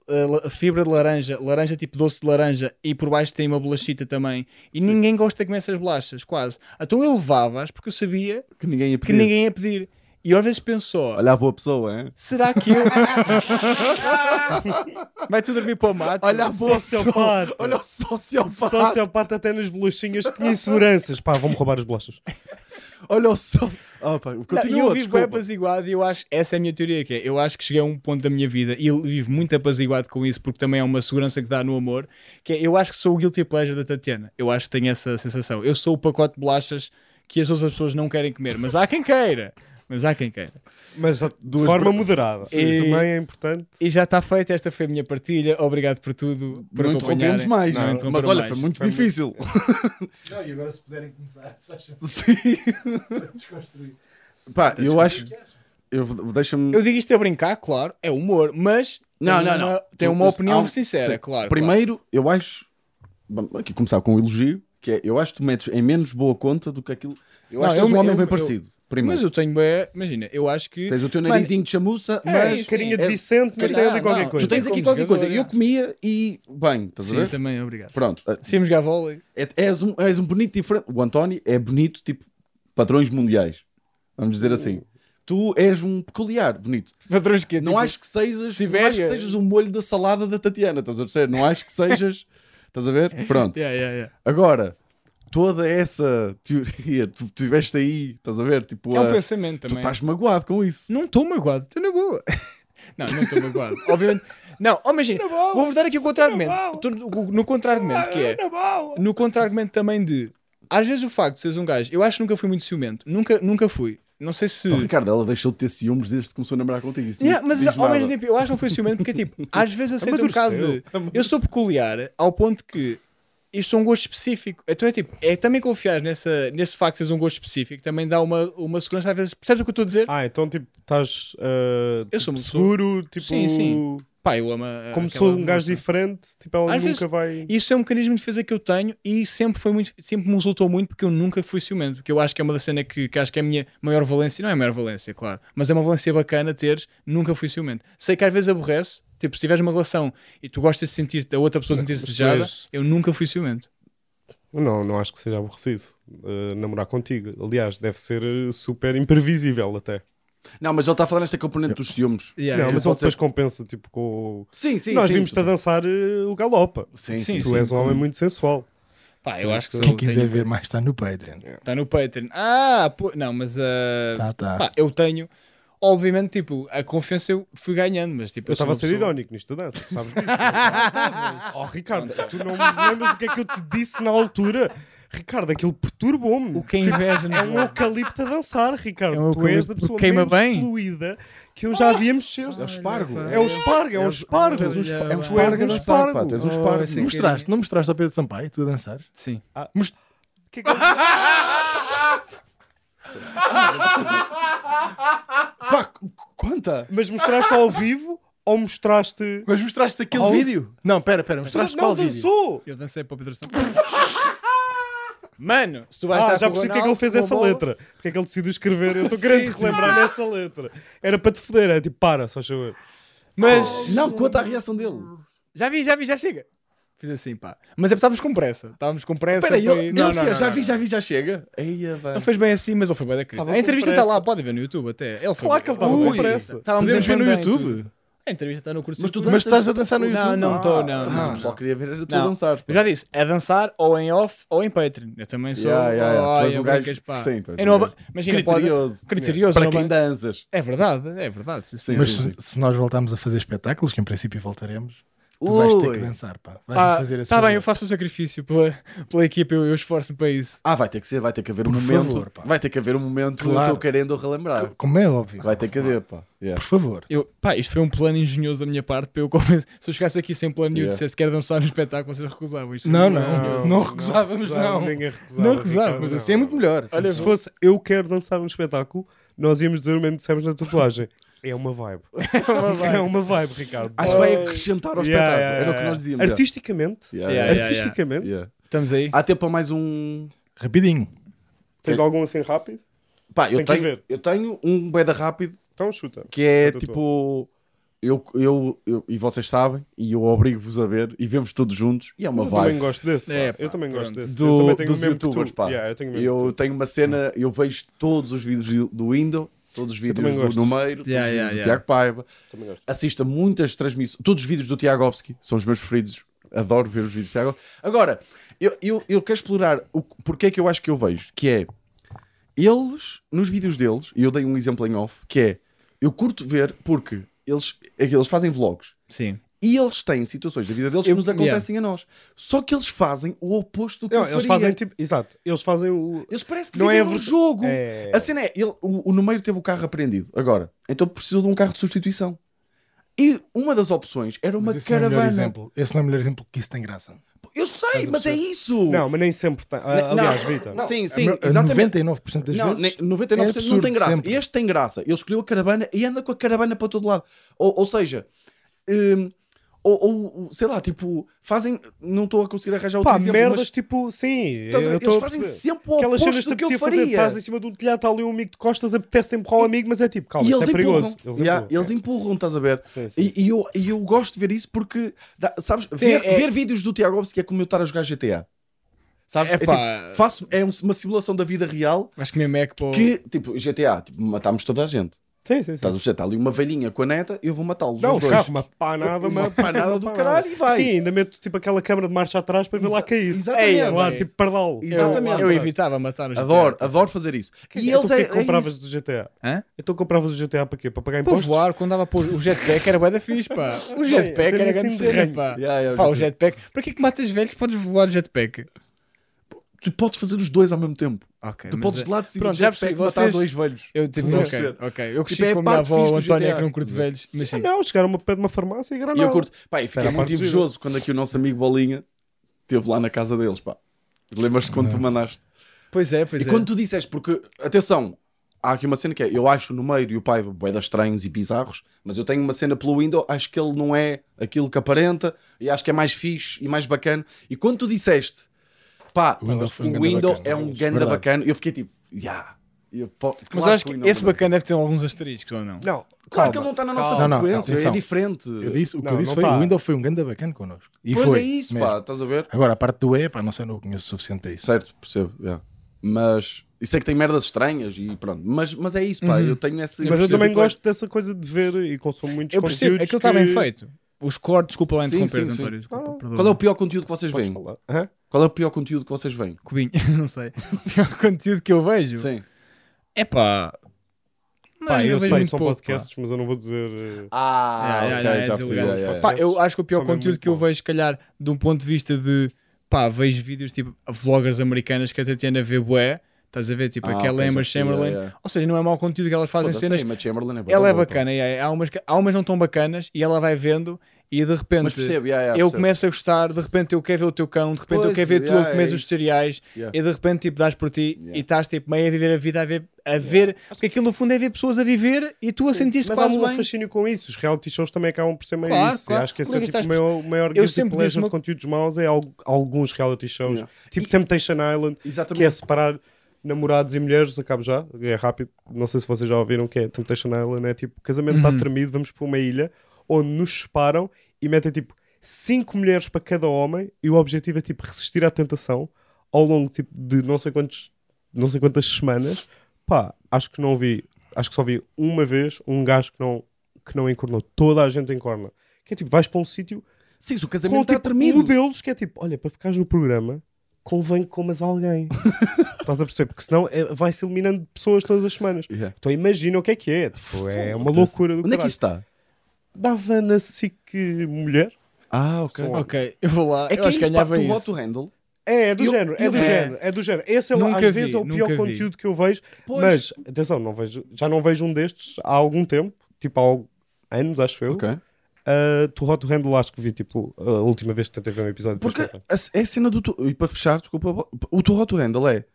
Speaker 2: eh, la- fibra de laranja, laranja tipo doce de laranja, e por baixo tem uma bolachita também, e ninguém gosta de comer essas bolachas, quase. Então eu levava-as porque eu sabia
Speaker 3: Que ninguém ia
Speaker 2: que
Speaker 3: pedir.
Speaker 2: ninguém ia pedir. E eu às vezes penso só,
Speaker 3: Olhar para a pessoa, hein?
Speaker 2: será que eu. Vai tu dormir para o mato?
Speaker 3: Olha a boa
Speaker 4: Sociopata.
Speaker 3: Olha o sociopata.
Speaker 4: Sociopata até nas bolachinhas tinha inseguranças. Pá, vão-me roubar as bolachas.
Speaker 3: Olha o so... Ah, pá,
Speaker 2: Não, e eu
Speaker 3: continua,
Speaker 2: vivo bem
Speaker 3: desculpa.
Speaker 2: apaziguado e eu acho, essa é a minha teoria, que é, eu acho que cheguei a um ponto da minha vida e eu vivo muito apaziguado com isso, porque também é uma segurança que dá no amor, que é, eu acho que sou o guilty pleasure da Tatiana, eu acho que tenho essa sensação, eu sou o pacote de bolachas que as outras pessoas não querem comer, mas há quem queira, mas há quem queira.
Speaker 4: Mas de forma moderada.
Speaker 2: E-
Speaker 4: Também é importante.
Speaker 2: E já está feita, esta foi a minha partilha, obrigado por tudo, por
Speaker 3: Não interrompemos
Speaker 2: acompanharem.
Speaker 3: mais.
Speaker 2: Não interromperam
Speaker 3: mas olha,
Speaker 2: mais.
Speaker 3: foi muito difícil.
Speaker 1: Não, e agora se puderem começar, se faz sentido
Speaker 3: Sim.
Speaker 1: desconstruir.
Speaker 3: Pá, eu acho... Eu, deixa-me...
Speaker 2: Eu digo isto a brincar, claro, é humor, mas
Speaker 3: Não,
Speaker 2: tem
Speaker 3: não,
Speaker 2: uma,
Speaker 3: não.
Speaker 2: Tem
Speaker 3: Tu-
Speaker 2: uma
Speaker 3: mas-
Speaker 2: opinião
Speaker 3: há- um-
Speaker 2: sincera,
Speaker 3: sim.
Speaker 2: claro. claro.
Speaker 3: Primeiro, eu acho... Vamos aqui começar com um elogio, que é... Eu acho que tu metes em menos boa conta do que aquilo... Eu
Speaker 2: Não,
Speaker 3: acho que
Speaker 2: eu-
Speaker 3: és um homem
Speaker 2: eu-
Speaker 3: bem
Speaker 2: eu-
Speaker 3: parecido.
Speaker 2: Mas
Speaker 3: Primeiro.
Speaker 2: eu tenho bem, imagina, eu acho que
Speaker 3: Tens o teu
Speaker 2: Mano,
Speaker 3: narizinho de chamuça, mas...
Speaker 2: sim,
Speaker 4: Carinha de
Speaker 3: é-
Speaker 4: Vicente, mas
Speaker 2: Não,
Speaker 4: tem ali
Speaker 2: não,
Speaker 4: qualquer
Speaker 2: tu
Speaker 3: Tu
Speaker 4: coisa.
Speaker 3: tens
Speaker 2: Como
Speaker 3: aqui qualquer
Speaker 2: jogador,
Speaker 3: coisa.
Speaker 2: é.
Speaker 3: Eu comia e... Bem, estás a
Speaker 2: Sim,
Speaker 3: ver?
Speaker 2: também, obrigado.
Speaker 3: Pronto. ah,
Speaker 2: Sim, jogar vôlei.
Speaker 3: É, és, um, és um bonito diferente. O António é bonito, tipo, padrões mundiais. Vamos
Speaker 2: Hum.
Speaker 3: dizer assim. Tu és um peculiar bonito.
Speaker 2: Padrões que é
Speaker 3: Não, acho que sejas, não
Speaker 2: tipo, Sibéria.
Speaker 3: acho que sejas o molho da salada da Tatiana, estás a perceber? Não acho que sejas. estás a ver? Pronto.
Speaker 2: Yeah, yeah, yeah.
Speaker 3: Agora, toda essa teoria, tu tiveste aí, estás a ver? Tipo,
Speaker 2: É um
Speaker 3: a-
Speaker 2: pensamento
Speaker 3: tu
Speaker 2: também.
Speaker 3: estás magoado com isso.
Speaker 2: Não estou magoado, estou na boa. não, não estou magoado. Obviamente. Não, oh, imagina, vou-vos dar aqui o contra-argumento. Tô No no contra-argumento, que
Speaker 5: Tá
Speaker 2: é. No contra-argumento também de. Às vezes o facto de seres um gajo. Eu acho que nunca fui muito ciumento. Nunca, nunca fui. Não sei se.
Speaker 3: Oh, Ricardo, ela deixou de ter ciúmes desde que começou a namorar contigo. Isso
Speaker 2: Yeah,
Speaker 3: não
Speaker 2: mas
Speaker 3: diz
Speaker 2: ao mesmo
Speaker 3: nada.
Speaker 2: tempo, eu acho que não foi ciumento porque, tipo, às vezes aceito um bocado de. Eu sou peculiar ao ponto que isto é um gosto específico. Então é tipo, é também confiar nessa, nesse facto de seres um gosto específico, também dá uma, uma segurança. Às vezes, percebes o que eu estou a dizer?
Speaker 4: Ah, então tipo, estás ah,
Speaker 2: Eu sou uma
Speaker 4: seguro, tipo,
Speaker 2: Sim, sim. Pá, eu amo. a-
Speaker 4: como
Speaker 2: aquela
Speaker 4: sou um gajo
Speaker 2: moça.
Speaker 4: diferente, tipo, ela
Speaker 2: Às
Speaker 4: nunca
Speaker 2: vezes-
Speaker 4: vai.
Speaker 2: Isso é um mecanismo de defesa que eu tenho e sempre foi muito, sempre me resultou muito porque eu nunca fui ciumento, que eu acho que é uma da cena que, que acho que é a minha maior valência, não é a maior valência, claro, mas é uma valência bacana teres, nunca fui ciumento. Sei que às vezes aborrece, tipo, se tiveres uma relação e tu gostas de sentir a outra pessoa sentir-se desejada,
Speaker 4: és-
Speaker 2: eu nunca fui ciumento.
Speaker 4: Não, não acho que seja aborrecido ah, namorar contigo. Aliás, deve ser ah, super imprevisível até.
Speaker 3: Não, mas ele está a falar nesta componente dos ciúmes.
Speaker 2: Yeah.
Speaker 4: Não, mas ele
Speaker 3: pode ser-
Speaker 4: depois compensa, tipo, com o...
Speaker 3: Sim, sim,
Speaker 4: Nós
Speaker 3: sim.
Speaker 4: vimos-te a dançar ah, o galopa.
Speaker 3: Sim,
Speaker 2: Sim,
Speaker 3: sim.
Speaker 4: tu és um homem muito sensual.
Speaker 2: Pá, eu acho que
Speaker 5: Quem quiser ver mais está no Patreon.
Speaker 4: É.
Speaker 2: está Tá no Patreon. Ah, pô, não, mas ah,
Speaker 5: Tá, tá.
Speaker 2: pá, eu tenho, obviamente, tipo, a confiança eu fui ganhando, mas tipo,
Speaker 4: Eu estava a
Speaker 2: sou
Speaker 4: ser
Speaker 2: uma pessoa-
Speaker 4: irónico nisto da dança, tu sabes disso. não é? oh, Ricardo, tu não me lembras do que é que eu te disse na altura? Ricardo, aquilo perturbou-me.
Speaker 2: O que é inveja,
Speaker 4: É um eucalipto a dançar, Ricardo.
Speaker 2: É um
Speaker 4: tu és
Speaker 2: eucalipto
Speaker 4: da
Speaker 2: porque
Speaker 4: pessoa
Speaker 2: queima
Speaker 4: menos
Speaker 2: bem.
Speaker 4: fluida que eu já havia mexer.
Speaker 3: É o espargo.
Speaker 4: É um espargo, é um espargo.
Speaker 3: Tu és um espa- é um
Speaker 4: Tu
Speaker 3: espargo.
Speaker 4: és um
Speaker 3: a dançar, pá, Tu
Speaker 2: Oh,
Speaker 4: espargo.
Speaker 3: és um espargo.
Speaker 2: esse-
Speaker 5: Mostraste, não mostraste ao Pedro Sampaio tu a dançar?
Speaker 2: Sim.
Speaker 4: Que é que eu-
Speaker 3: Pá, c- conta!
Speaker 4: Mas mostraste ao vivo ou mostraste.
Speaker 5: Mas mostraste aquele
Speaker 4: Ao-
Speaker 5: vídeo? Não, pera, pera, mostraste
Speaker 4: Não
Speaker 5: qual vídeo?
Speaker 4: dançou!
Speaker 2: Eu dancei para o Pedro Sampaio. Mano, se tu vais
Speaker 4: Ah,
Speaker 2: estar
Speaker 4: já
Speaker 2: com o
Speaker 4: percebi porque é que ele
Speaker 2: Ronaldo,
Speaker 4: fez
Speaker 2: com a
Speaker 4: essa
Speaker 2: bola-
Speaker 4: letra. Porque é que ele decidiu escrever. Eu estou
Speaker 2: Sim,
Speaker 4: querendo
Speaker 2: sim,
Speaker 4: relembrar nessa letra. Era para te foder, é tipo, para, só chover.
Speaker 2: Mas
Speaker 3: Não, conta a reação dele.
Speaker 2: já vi, já vi, já chega. Fiz assim, pá. Mas é porque estávamos com pressa. Estávamos com pressa.
Speaker 3: Espera aí,
Speaker 2: foi-
Speaker 3: ele
Speaker 2: Não, não,
Speaker 3: fez,
Speaker 2: não,
Speaker 3: já
Speaker 2: não,
Speaker 3: vi,
Speaker 2: não.
Speaker 3: já vi, já chega. Eia, vai.
Speaker 2: Não fez bem assim, mas ele foi bem da
Speaker 4: Tava
Speaker 2: crítica.
Speaker 4: com
Speaker 2: A entrevista está
Speaker 4: pressa.
Speaker 2: lá, podem ver no YouTube até. Ele foi
Speaker 4: Claro
Speaker 2: bem-
Speaker 4: que ele estava com
Speaker 2: Ui,
Speaker 4: pressa.
Speaker 2: Estávamos
Speaker 5: Podemos
Speaker 2: em
Speaker 5: ver no
Speaker 2: Pandai,
Speaker 5: YouTube?
Speaker 2: tudo. A entrevista está no curso.
Speaker 3: Mas tu tá
Speaker 2: circuito.
Speaker 3: danças?
Speaker 5: Mas estás a dançar no
Speaker 2: Não,
Speaker 5: YouTube?
Speaker 2: não estou,
Speaker 3: Ah,
Speaker 2: não.
Speaker 3: Mas o
Speaker 2: não.
Speaker 3: pessoal queria ver a tua
Speaker 2: Não.
Speaker 3: dançar.
Speaker 2: Eu já disse, é dançar ou em off ou em Patreon. Eu também sou.
Speaker 3: Yeah, yeah, yeah. Tu
Speaker 2: Ai,
Speaker 3: és um
Speaker 2: eu
Speaker 3: gajo-
Speaker 2: brincas, pá.
Speaker 3: Sim, tu és
Speaker 2: Eu
Speaker 3: um
Speaker 2: não-
Speaker 3: gajo
Speaker 2: Imagina, pode.
Speaker 3: Criterioso.
Speaker 2: Criterioso,
Speaker 3: Para
Speaker 2: não
Speaker 3: quem
Speaker 2: vai-
Speaker 3: danças.
Speaker 2: É verdade, é verdade. sim, senhor.
Speaker 3: Sim.
Speaker 5: Mas se, se nós voltarmos a fazer espetáculos, que em princípio voltaremos, tu vais ter que dançar, pá. Vais
Speaker 2: Ah,
Speaker 5: fazer esse
Speaker 2: tá bem,
Speaker 5: favor.
Speaker 2: eu faço o sacrifício pela, pela equipa, eu, eu esforço-me para isso.
Speaker 3: Ah, vai ter que ser, vai ter que haver um
Speaker 5: Por
Speaker 3: momento.
Speaker 5: favor, pá.
Speaker 3: vai ter que haver um momento que eu
Speaker 5: Claro.
Speaker 3: estou querendo relembrar.
Speaker 5: Co- Como é óbvio.
Speaker 3: Vai ter que haver, pá. Yeah.
Speaker 5: Por favor.
Speaker 2: Eu, pá, isto foi um plano engenhoso da minha parte para eu convencer. Se eu chegasse aqui sem plano nenhum e
Speaker 3: Yeah.
Speaker 2: dissesse quero dançar no espetáculo, vocês recusavam isto.
Speaker 5: Não,
Speaker 2: foi um plano
Speaker 5: não.
Speaker 2: engenhoso.
Speaker 5: Não recusávamos, não.
Speaker 4: Ninguém recusava.
Speaker 2: Não recusava,
Speaker 5: Mas
Speaker 4: Ricardo,
Speaker 5: assim é
Speaker 4: não.
Speaker 5: muito melhor.
Speaker 4: Olha, se fosse eu quero dançar um espetáculo, nós íamos dizer o mesmo que dissemos na tatuagem. É uma vibe. é uma vibe, Ricardo.
Speaker 3: Acho que vai acrescentar ao
Speaker 4: Yeah,
Speaker 3: espetáculo.
Speaker 4: yeah,
Speaker 3: Era o que
Speaker 4: yeah.
Speaker 3: nós dizíamos.
Speaker 4: Artisticamente,
Speaker 3: Yeah,
Speaker 2: Yeah,
Speaker 3: yeah,
Speaker 2: yeah.
Speaker 4: artisticamente,
Speaker 3: yeah.
Speaker 2: Estamos aí.
Speaker 3: Há tempo para mais um.
Speaker 5: Rapidinho.
Speaker 4: tens algum assim rápido?
Speaker 3: Pá, eu
Speaker 4: Tem que
Speaker 3: tenho,
Speaker 4: ver.
Speaker 3: eu tenho um beda rápido
Speaker 4: Então chuta.
Speaker 3: que é
Speaker 4: Conta a
Speaker 3: tipo. Eu, eu, eu- e vocês sabem, e eu obrigo-vos a ver, e vemos todos juntos, e é uma
Speaker 4: eu também
Speaker 3: vibe.
Speaker 4: gosto desse. pá.
Speaker 2: É, pá,
Speaker 4: eu também gosto
Speaker 2: pronto.
Speaker 4: desse. eu
Speaker 3: do,
Speaker 4: também tenho o
Speaker 3: dos
Speaker 4: mesmo que
Speaker 3: youtubers,
Speaker 4: tu.
Speaker 3: pá.
Speaker 4: Yeah, eu tenho o mesmo que
Speaker 3: eu
Speaker 4: tu.
Speaker 3: tenho uma cena, eu vejo todos os vídeos do- do Window, todos os
Speaker 4: também
Speaker 3: vídeos
Speaker 4: gosto.
Speaker 3: do Numeiro, todos
Speaker 2: Yeah,
Speaker 3: os vídeos
Speaker 2: yeah,
Speaker 3: do
Speaker 2: yeah.
Speaker 3: Tiago Paiva,
Speaker 4: Também gosto.
Speaker 3: assista muitas transmissões, todos os vídeos do Tiago Opski, são os meus preferidos, adoro ver os vídeos do Tiago. Opsky. Agora, eu, eu, eu quero explorar o porquê é que eu acho que eu vejo, que é eles, nos vídeos deles, e eu dei um exemplo em off, que é eu curto ver porque eles, é que eles fazem vlogs.
Speaker 2: Sim.
Speaker 3: E eles têm situações da vida deles que
Speaker 2: Eu-
Speaker 3: nos acontecem a nós. Só que eles fazem o oposto do que eu
Speaker 4: Não, eles
Speaker 3: faria.
Speaker 4: fazem tipo. Exato. Eles fazem o.
Speaker 3: Eles parece que
Speaker 4: Não
Speaker 3: não
Speaker 4: é
Speaker 3: vivem
Speaker 4: a
Speaker 3: um
Speaker 4: vers-
Speaker 3: jogo.
Speaker 4: É.
Speaker 3: A cena é, ele, o, o Numeiro teve o carro apreendido. Agora, então precisou de um carro de substituição. E uma das opções era uma
Speaker 5: Mas esse Não é o melhor
Speaker 3: caravana.
Speaker 5: exemplo. Esse não é o melhor exemplo que isso tem graça.
Speaker 3: Eu sei, mas é isso.
Speaker 4: Não, mas nem sempre tem. Ah,
Speaker 3: Não,
Speaker 4: Aliás, Vitor.
Speaker 3: não. Sim,
Speaker 5: A
Speaker 3: sim,
Speaker 5: meu- a
Speaker 3: exatamente.
Speaker 5: 99% das
Speaker 3: Não,
Speaker 5: vezes.
Speaker 3: nem- 99%
Speaker 5: é
Speaker 3: não
Speaker 5: absurdo
Speaker 3: tem graça.
Speaker 5: sempre.
Speaker 3: Este tem graça. Ele escolheu a caravana e anda com a caravana para todo lado. Ou, ou seja, hum, ou, ou- sei lá, tipo, fazem. Não estou a conseguir arranjar outro
Speaker 4: Pá,
Speaker 3: exemplo,
Speaker 4: merdas
Speaker 3: mas
Speaker 4: tipo. Sim.
Speaker 3: estás a ver?
Speaker 4: eu
Speaker 3: eles
Speaker 4: estou a
Speaker 3: fazem
Speaker 4: perceber.
Speaker 3: sempre o
Speaker 4: Aquelas cenas
Speaker 3: oposto do
Speaker 4: que te
Speaker 3: que eu
Speaker 4: apetecia fazer,
Speaker 3: faria.
Speaker 4: estás em cima de um telhado, está ali um amigo de costas, apetece empurrar um amigo, mas é tipo, calma,
Speaker 3: e
Speaker 4: isto
Speaker 3: eles
Speaker 4: é perigoso.
Speaker 3: empurram. Yeah,
Speaker 4: empurram.
Speaker 3: Eles empurram, estás a ver?
Speaker 4: Sim, sim.
Speaker 3: E, e eu, e eu gosto de ver isso porque, dá- sabes, ver,
Speaker 2: é-
Speaker 3: ver vídeos do Tiago Alves que é como eu estar a jogar GTA. Sabes? É,
Speaker 2: Epá.
Speaker 3: tipo, faço, é um- uma simulação da vida real
Speaker 2: Acho que mesmo é que pô.
Speaker 3: que, tipo, GTA, tipo, matámos toda a gente.
Speaker 4: Sim, sim, sim.
Speaker 3: Estás a perceber? Está ali uma velhinha com a neta, eu vou matá-los.
Speaker 4: Não,
Speaker 3: os dois.
Speaker 4: carro, uma panada, uma,
Speaker 3: Uma panada do caralho e vai.
Speaker 4: Sim, ainda meto tipo aquela câmara de marcha atrás para ver lá
Speaker 3: Exa-
Speaker 4: cair.
Speaker 3: exatamente.
Speaker 4: É, lá,
Speaker 2: É
Speaker 4: tipo pardal.
Speaker 3: Exa-
Speaker 2: eu,
Speaker 3: exatamente.
Speaker 2: eu evitava matar os
Speaker 3: Adoro, adoro fazer isso. E
Speaker 4: então,
Speaker 3: eles
Speaker 4: porquê
Speaker 3: é,
Speaker 4: que
Speaker 3: é
Speaker 4: compravas
Speaker 3: isso.
Speaker 4: do GTA?
Speaker 2: Hã?
Speaker 4: Então compravas o GTA para quê? Para pagar
Speaker 2: Para
Speaker 4: impostos?
Speaker 2: voar, quando dava a pôr o jetpack era bué da fixe, pá. O jetpack
Speaker 4: tem
Speaker 2: era
Speaker 4: assim
Speaker 2: grande
Speaker 4: de
Speaker 2: cena,
Speaker 4: ranho.
Speaker 2: pá.
Speaker 3: Yeah, yeah,
Speaker 2: Pá, o
Speaker 3: jetpack.
Speaker 2: jetpack. Para que é que matas velhos se podes voar jetpack?
Speaker 3: Tu podes fazer os dois ao mesmo tempo.
Speaker 2: Ok.
Speaker 3: tu
Speaker 2: mas
Speaker 3: podes
Speaker 2: é-
Speaker 3: de lado de cima
Speaker 2: Pronto,
Speaker 3: do
Speaker 2: já
Speaker 3: jetpack
Speaker 2: percebi,
Speaker 3: matar
Speaker 2: vocês-
Speaker 3: dois velhos.
Speaker 2: Eu tipo,
Speaker 3: Estás a
Speaker 2: ok,
Speaker 3: perceber?
Speaker 2: ok. Eu cresci
Speaker 3: Tipo, é
Speaker 2: com a minha
Speaker 3: parte
Speaker 2: avó,
Speaker 3: fixe
Speaker 2: o
Speaker 3: do
Speaker 2: António é
Speaker 3: GTA.
Speaker 2: que não curte velhos. Mas sim.
Speaker 4: Ah, Não, chegaram ao pé de uma farmácia e
Speaker 3: E
Speaker 4: granada.
Speaker 3: eu curto. Pá, e
Speaker 4: Era
Speaker 3: fiquei
Speaker 4: a
Speaker 3: muito
Speaker 4: parte gira.
Speaker 3: invejoso quando aqui o nosso amigo Bolinha esteve lá na casa deles, pá. Lembras-te quando tu mandaste?
Speaker 2: Pois é, pois
Speaker 3: e quando tu disseste, porque, atenção, há aqui uma cena que é, eu acho no meio e o pai boeda estranhos e bizarros, mas eu tenho uma cena pelo window, acho que ele não é aquilo que aparenta, e acho que é mais fixe e mais bacana. E quando tu disseste, pá,
Speaker 5: O Window foi um
Speaker 3: o
Speaker 5: ganda
Speaker 3: window
Speaker 5: bacana,
Speaker 3: é um ganda
Speaker 5: verdade.
Speaker 3: bacana, eu fiquei tipo, yeah. Eu, pô,
Speaker 2: Mas
Speaker 3: claro
Speaker 2: acho
Speaker 3: o
Speaker 2: que
Speaker 3: Window
Speaker 2: esse
Speaker 3: não é.
Speaker 2: bacana deve ter alguns asteriscos, ou não?
Speaker 4: Não,
Speaker 3: Claro
Speaker 4: calma.
Speaker 3: que ele não está na nossa
Speaker 5: Não, não,
Speaker 3: frequência, é
Speaker 5: atenção.
Speaker 3: diferente.
Speaker 5: Eu disse, o que
Speaker 4: Não,
Speaker 5: eu disse
Speaker 4: não
Speaker 5: foi
Speaker 4: tá.
Speaker 5: o Windows foi um ganda bacana connosco. E
Speaker 3: Pois
Speaker 5: foi,
Speaker 3: é isso,
Speaker 5: mesmo.
Speaker 3: pá, Tá estás a ver?
Speaker 5: Agora, a parte do E, pá, não sei, não conheço o suficiente para isso.
Speaker 3: Certo, percebo. yeah. Mas isso é que tem merdas estranhas e pronto. Mas, mas é isso, pá. Eu tenho essa.
Speaker 4: Mas eu
Speaker 3: esse
Speaker 4: também
Speaker 3: tipo de-
Speaker 4: gosto dessa coisa de ver e consumo muitos
Speaker 2: Eu percebo,
Speaker 3: é
Speaker 4: conteúdos
Speaker 2: aquilo
Speaker 3: tá
Speaker 2: está bem
Speaker 4: que-
Speaker 2: feito. Os cortes, desculpa lá
Speaker 3: Sim,
Speaker 2: interromper,
Speaker 3: sim, sim.
Speaker 2: António. Desculpa, perdão.
Speaker 3: Qual é o pior conteúdo que vocês
Speaker 4: Podes
Speaker 3: veem?
Speaker 4: falar. Hã?
Speaker 3: Qual é o pior conteúdo que vocês veem?
Speaker 2: Cubinho, não sei. O pior conteúdo que eu vejo
Speaker 3: Sim.
Speaker 2: é pá.
Speaker 4: Pá, eu
Speaker 2: vejo
Speaker 4: sei,
Speaker 2: muito
Speaker 4: são
Speaker 2: pouco, pá.
Speaker 4: podcasts, mas eu não vou dizer... eh,
Speaker 3: Ah,
Speaker 2: Ah,
Speaker 3: ok,
Speaker 2: yeah, yeah, é
Speaker 3: já
Speaker 2: deselegante.
Speaker 3: percebi, yeah, yeah.
Speaker 2: Pá, eu acho que o pior
Speaker 4: São mesmo
Speaker 2: conteúdo
Speaker 4: muito
Speaker 2: que eu
Speaker 4: bons.
Speaker 2: vejo, se calhar, de um ponto de vista de pá, vejo vídeos tipo vloggers americanas que até têm a ver bué. Estás a ver? Tipo,
Speaker 3: Ah,
Speaker 2: aquela
Speaker 3: ok,
Speaker 2: Emma
Speaker 3: já percebi,
Speaker 2: Chamberlain.
Speaker 3: é, é.
Speaker 2: Ou seja, não é mau conteúdo que elas fazem
Speaker 3: Foda-se,
Speaker 2: cenas.
Speaker 3: a Emma Chamberlain é boa,
Speaker 2: ela é
Speaker 3: boa, pá.
Speaker 2: bacana, é, é. há, umas, que- há umas não tão bacanas e ela vai vendo e de repente
Speaker 3: Mas percebo, yeah, yeah,
Speaker 2: eu
Speaker 3: percebo.
Speaker 2: começo a gostar, de repente eu quero ver o teu cão, de repente eu
Speaker 3: Pois,
Speaker 2: quero ver tu
Speaker 3: yeah,
Speaker 2: a comer
Speaker 3: é
Speaker 2: os
Speaker 3: isso.
Speaker 2: cereais
Speaker 3: Yeah.
Speaker 2: e de repente tipo dás por ti e estás tipo meio a viver a vida, a ver, a ver porque aquilo no fundo é ver pessoas a viver e tu a sentires
Speaker 4: Mas há
Speaker 2: quase
Speaker 4: um
Speaker 2: bem.
Speaker 4: fascínio com isso. Os reality shows também acabam por ser meio
Speaker 2: Claro,
Speaker 4: isso.
Speaker 2: claro.
Speaker 4: Acho que esse é
Speaker 2: Ligas-te
Speaker 4: tipo,
Speaker 2: às
Speaker 4: o maior, o maior
Speaker 2: Eu
Speaker 4: guilty
Speaker 2: sempre
Speaker 4: pleasure
Speaker 2: disse uma-
Speaker 4: de conteúdos maus é al- alguns reality shows.
Speaker 3: Yeah.
Speaker 4: Tipo Temptation Island, que é separar namorados e mulheres. Acabo já, é rápido. Não sei se vocês já ouviram que é Temptation Island. É tipo, casamento está tremido, vamos para uma ilha onde nos separam e metem tipo cinco mulheres para cada homem e o objetivo é tipo resistir à tentação ao longo tipo, de não sei quantos não sei quantas semanas, pá, acho que não vi, acho que só vi uma vez um gajo que não, que não encornou. Toda a gente encorna. Que é tipo, vais para um sítio
Speaker 1: Sim, se o
Speaker 3: tá
Speaker 4: com
Speaker 1: casamento está
Speaker 4: tipo, um
Speaker 1: tremido.
Speaker 4: deles que é tipo, olha, para ficares no programa, convém que comas alguém. Estás a perceber? Porque senão é, vai-se eliminando pessoas todas as semanas.
Speaker 3: Yeah.
Speaker 4: Então imagina o que é que é. Tipo, é uma
Speaker 3: Foda-se.
Speaker 4: loucura do
Speaker 3: Onde é que
Speaker 4: caralho.
Speaker 3: isso está?
Speaker 4: Dava na SIC mulher.
Speaker 3: Ah, ok.
Speaker 4: São-
Speaker 2: Ok, eu vou lá.
Speaker 3: É que
Speaker 2: eu acho que
Speaker 3: é isso, pá,
Speaker 2: ganhava
Speaker 3: tu
Speaker 2: isso.
Speaker 3: voto handle.
Speaker 4: É, é do
Speaker 3: Eu-
Speaker 4: género, é
Speaker 3: eu
Speaker 4: do
Speaker 3: vejo-
Speaker 4: género, é do género. Esse é, lá, às
Speaker 2: Nunca
Speaker 4: vezes
Speaker 2: vi,
Speaker 4: é o pior
Speaker 2: nunca vi.
Speaker 4: conteúdo que eu vejo,
Speaker 1: Pois.
Speaker 4: mas atenção, não vejo, já não vejo um destes há algum tempo, tipo há al- anos, acho eu.
Speaker 3: Ok.
Speaker 4: Uh, tu Hot Handle acho que vi tipo a última vez que tentei ver um episódio depois
Speaker 3: Porque
Speaker 4: não foi.
Speaker 3: a, c- é a cena do. tu- E para fechar, desculpa, o Torro to Handle é.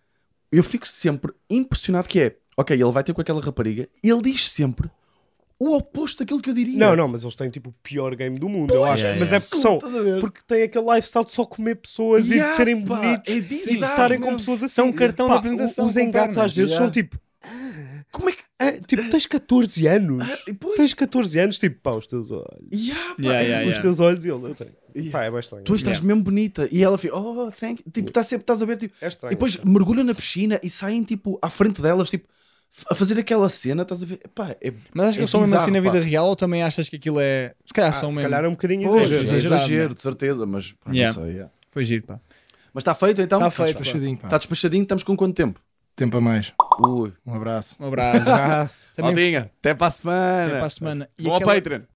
Speaker 3: Eu fico sempre impressionado que é. Ok, ele vai ter com aquela rapariga e ele diz sempre o oposto daquilo que eu diria.
Speaker 4: Não, não, mas eles têm tipo o pior game do mundo, eu acho.
Speaker 2: é
Speaker 4: mas é porque
Speaker 3: isso,
Speaker 4: são.
Speaker 3: estás a ver?
Speaker 4: Porque têm aquele lifestyle de só comer pessoas e
Speaker 3: Yeah,
Speaker 4: de serem
Speaker 3: pá,
Speaker 4: bonitos
Speaker 3: é
Speaker 4: e de
Speaker 3: bizarro
Speaker 4: estarem com
Speaker 3: mesmo.
Speaker 4: pessoas assim.
Speaker 2: São um cartão
Speaker 4: Pá,
Speaker 2: de apresentação,
Speaker 4: Os
Speaker 2: com
Speaker 4: engatos
Speaker 2: pernas,
Speaker 4: às vezes
Speaker 2: já.
Speaker 4: são tipo.
Speaker 3: Como é que.
Speaker 4: ah, tipo, tens 14 anos.
Speaker 3: Ah, e pois.
Speaker 4: Tens 14 anos, tipo, pá, os teus olhos.
Speaker 3: Yeah, pá,
Speaker 2: Yeah, yeah,
Speaker 4: os
Speaker 2: yeah.
Speaker 4: teus olhos e ele, eu tenho. Pá, é bem estranho.
Speaker 3: Tu estás mesmo bonita. E ela fica, oh, thank you. Tipo, tá sempre, estás a ver, tipo.
Speaker 4: É estranho.
Speaker 3: E depois mergulham na piscina e saem, tipo, à frente delas, tipo, f- a fazer aquela cena, estás a ver? Pá, é.
Speaker 2: Mas acho
Speaker 3: É
Speaker 2: que eles são mesmo assim na
Speaker 3: bizarro,
Speaker 2: vida
Speaker 3: pá.
Speaker 2: real ou também achas que aquilo é. Se calhar
Speaker 4: Ah,
Speaker 2: são
Speaker 4: se
Speaker 2: mesmo.
Speaker 4: calhar é um bocadinho
Speaker 3: Pois,
Speaker 2: exagero,
Speaker 3: é
Speaker 4: exagero.
Speaker 2: exagerado,
Speaker 3: exagero,
Speaker 2: né?
Speaker 3: de certeza, mas pá,
Speaker 2: Yeah.
Speaker 3: não sei. yeah.
Speaker 2: Foi giro, pá.
Speaker 3: Mas está feito então?
Speaker 2: Está feito.
Speaker 5: Tá Fechadinho, pá.
Speaker 3: Está despachadinho, estamos com quanto tempo?
Speaker 5: Tempo a mais.
Speaker 3: Ui.
Speaker 5: Um abraço.
Speaker 2: Um abraço.
Speaker 4: Ah,
Speaker 2: Também
Speaker 3: Maldinha, até para a semana.
Speaker 2: até para a semana. E
Speaker 3: Bom
Speaker 2: aquela-
Speaker 3: Patreon.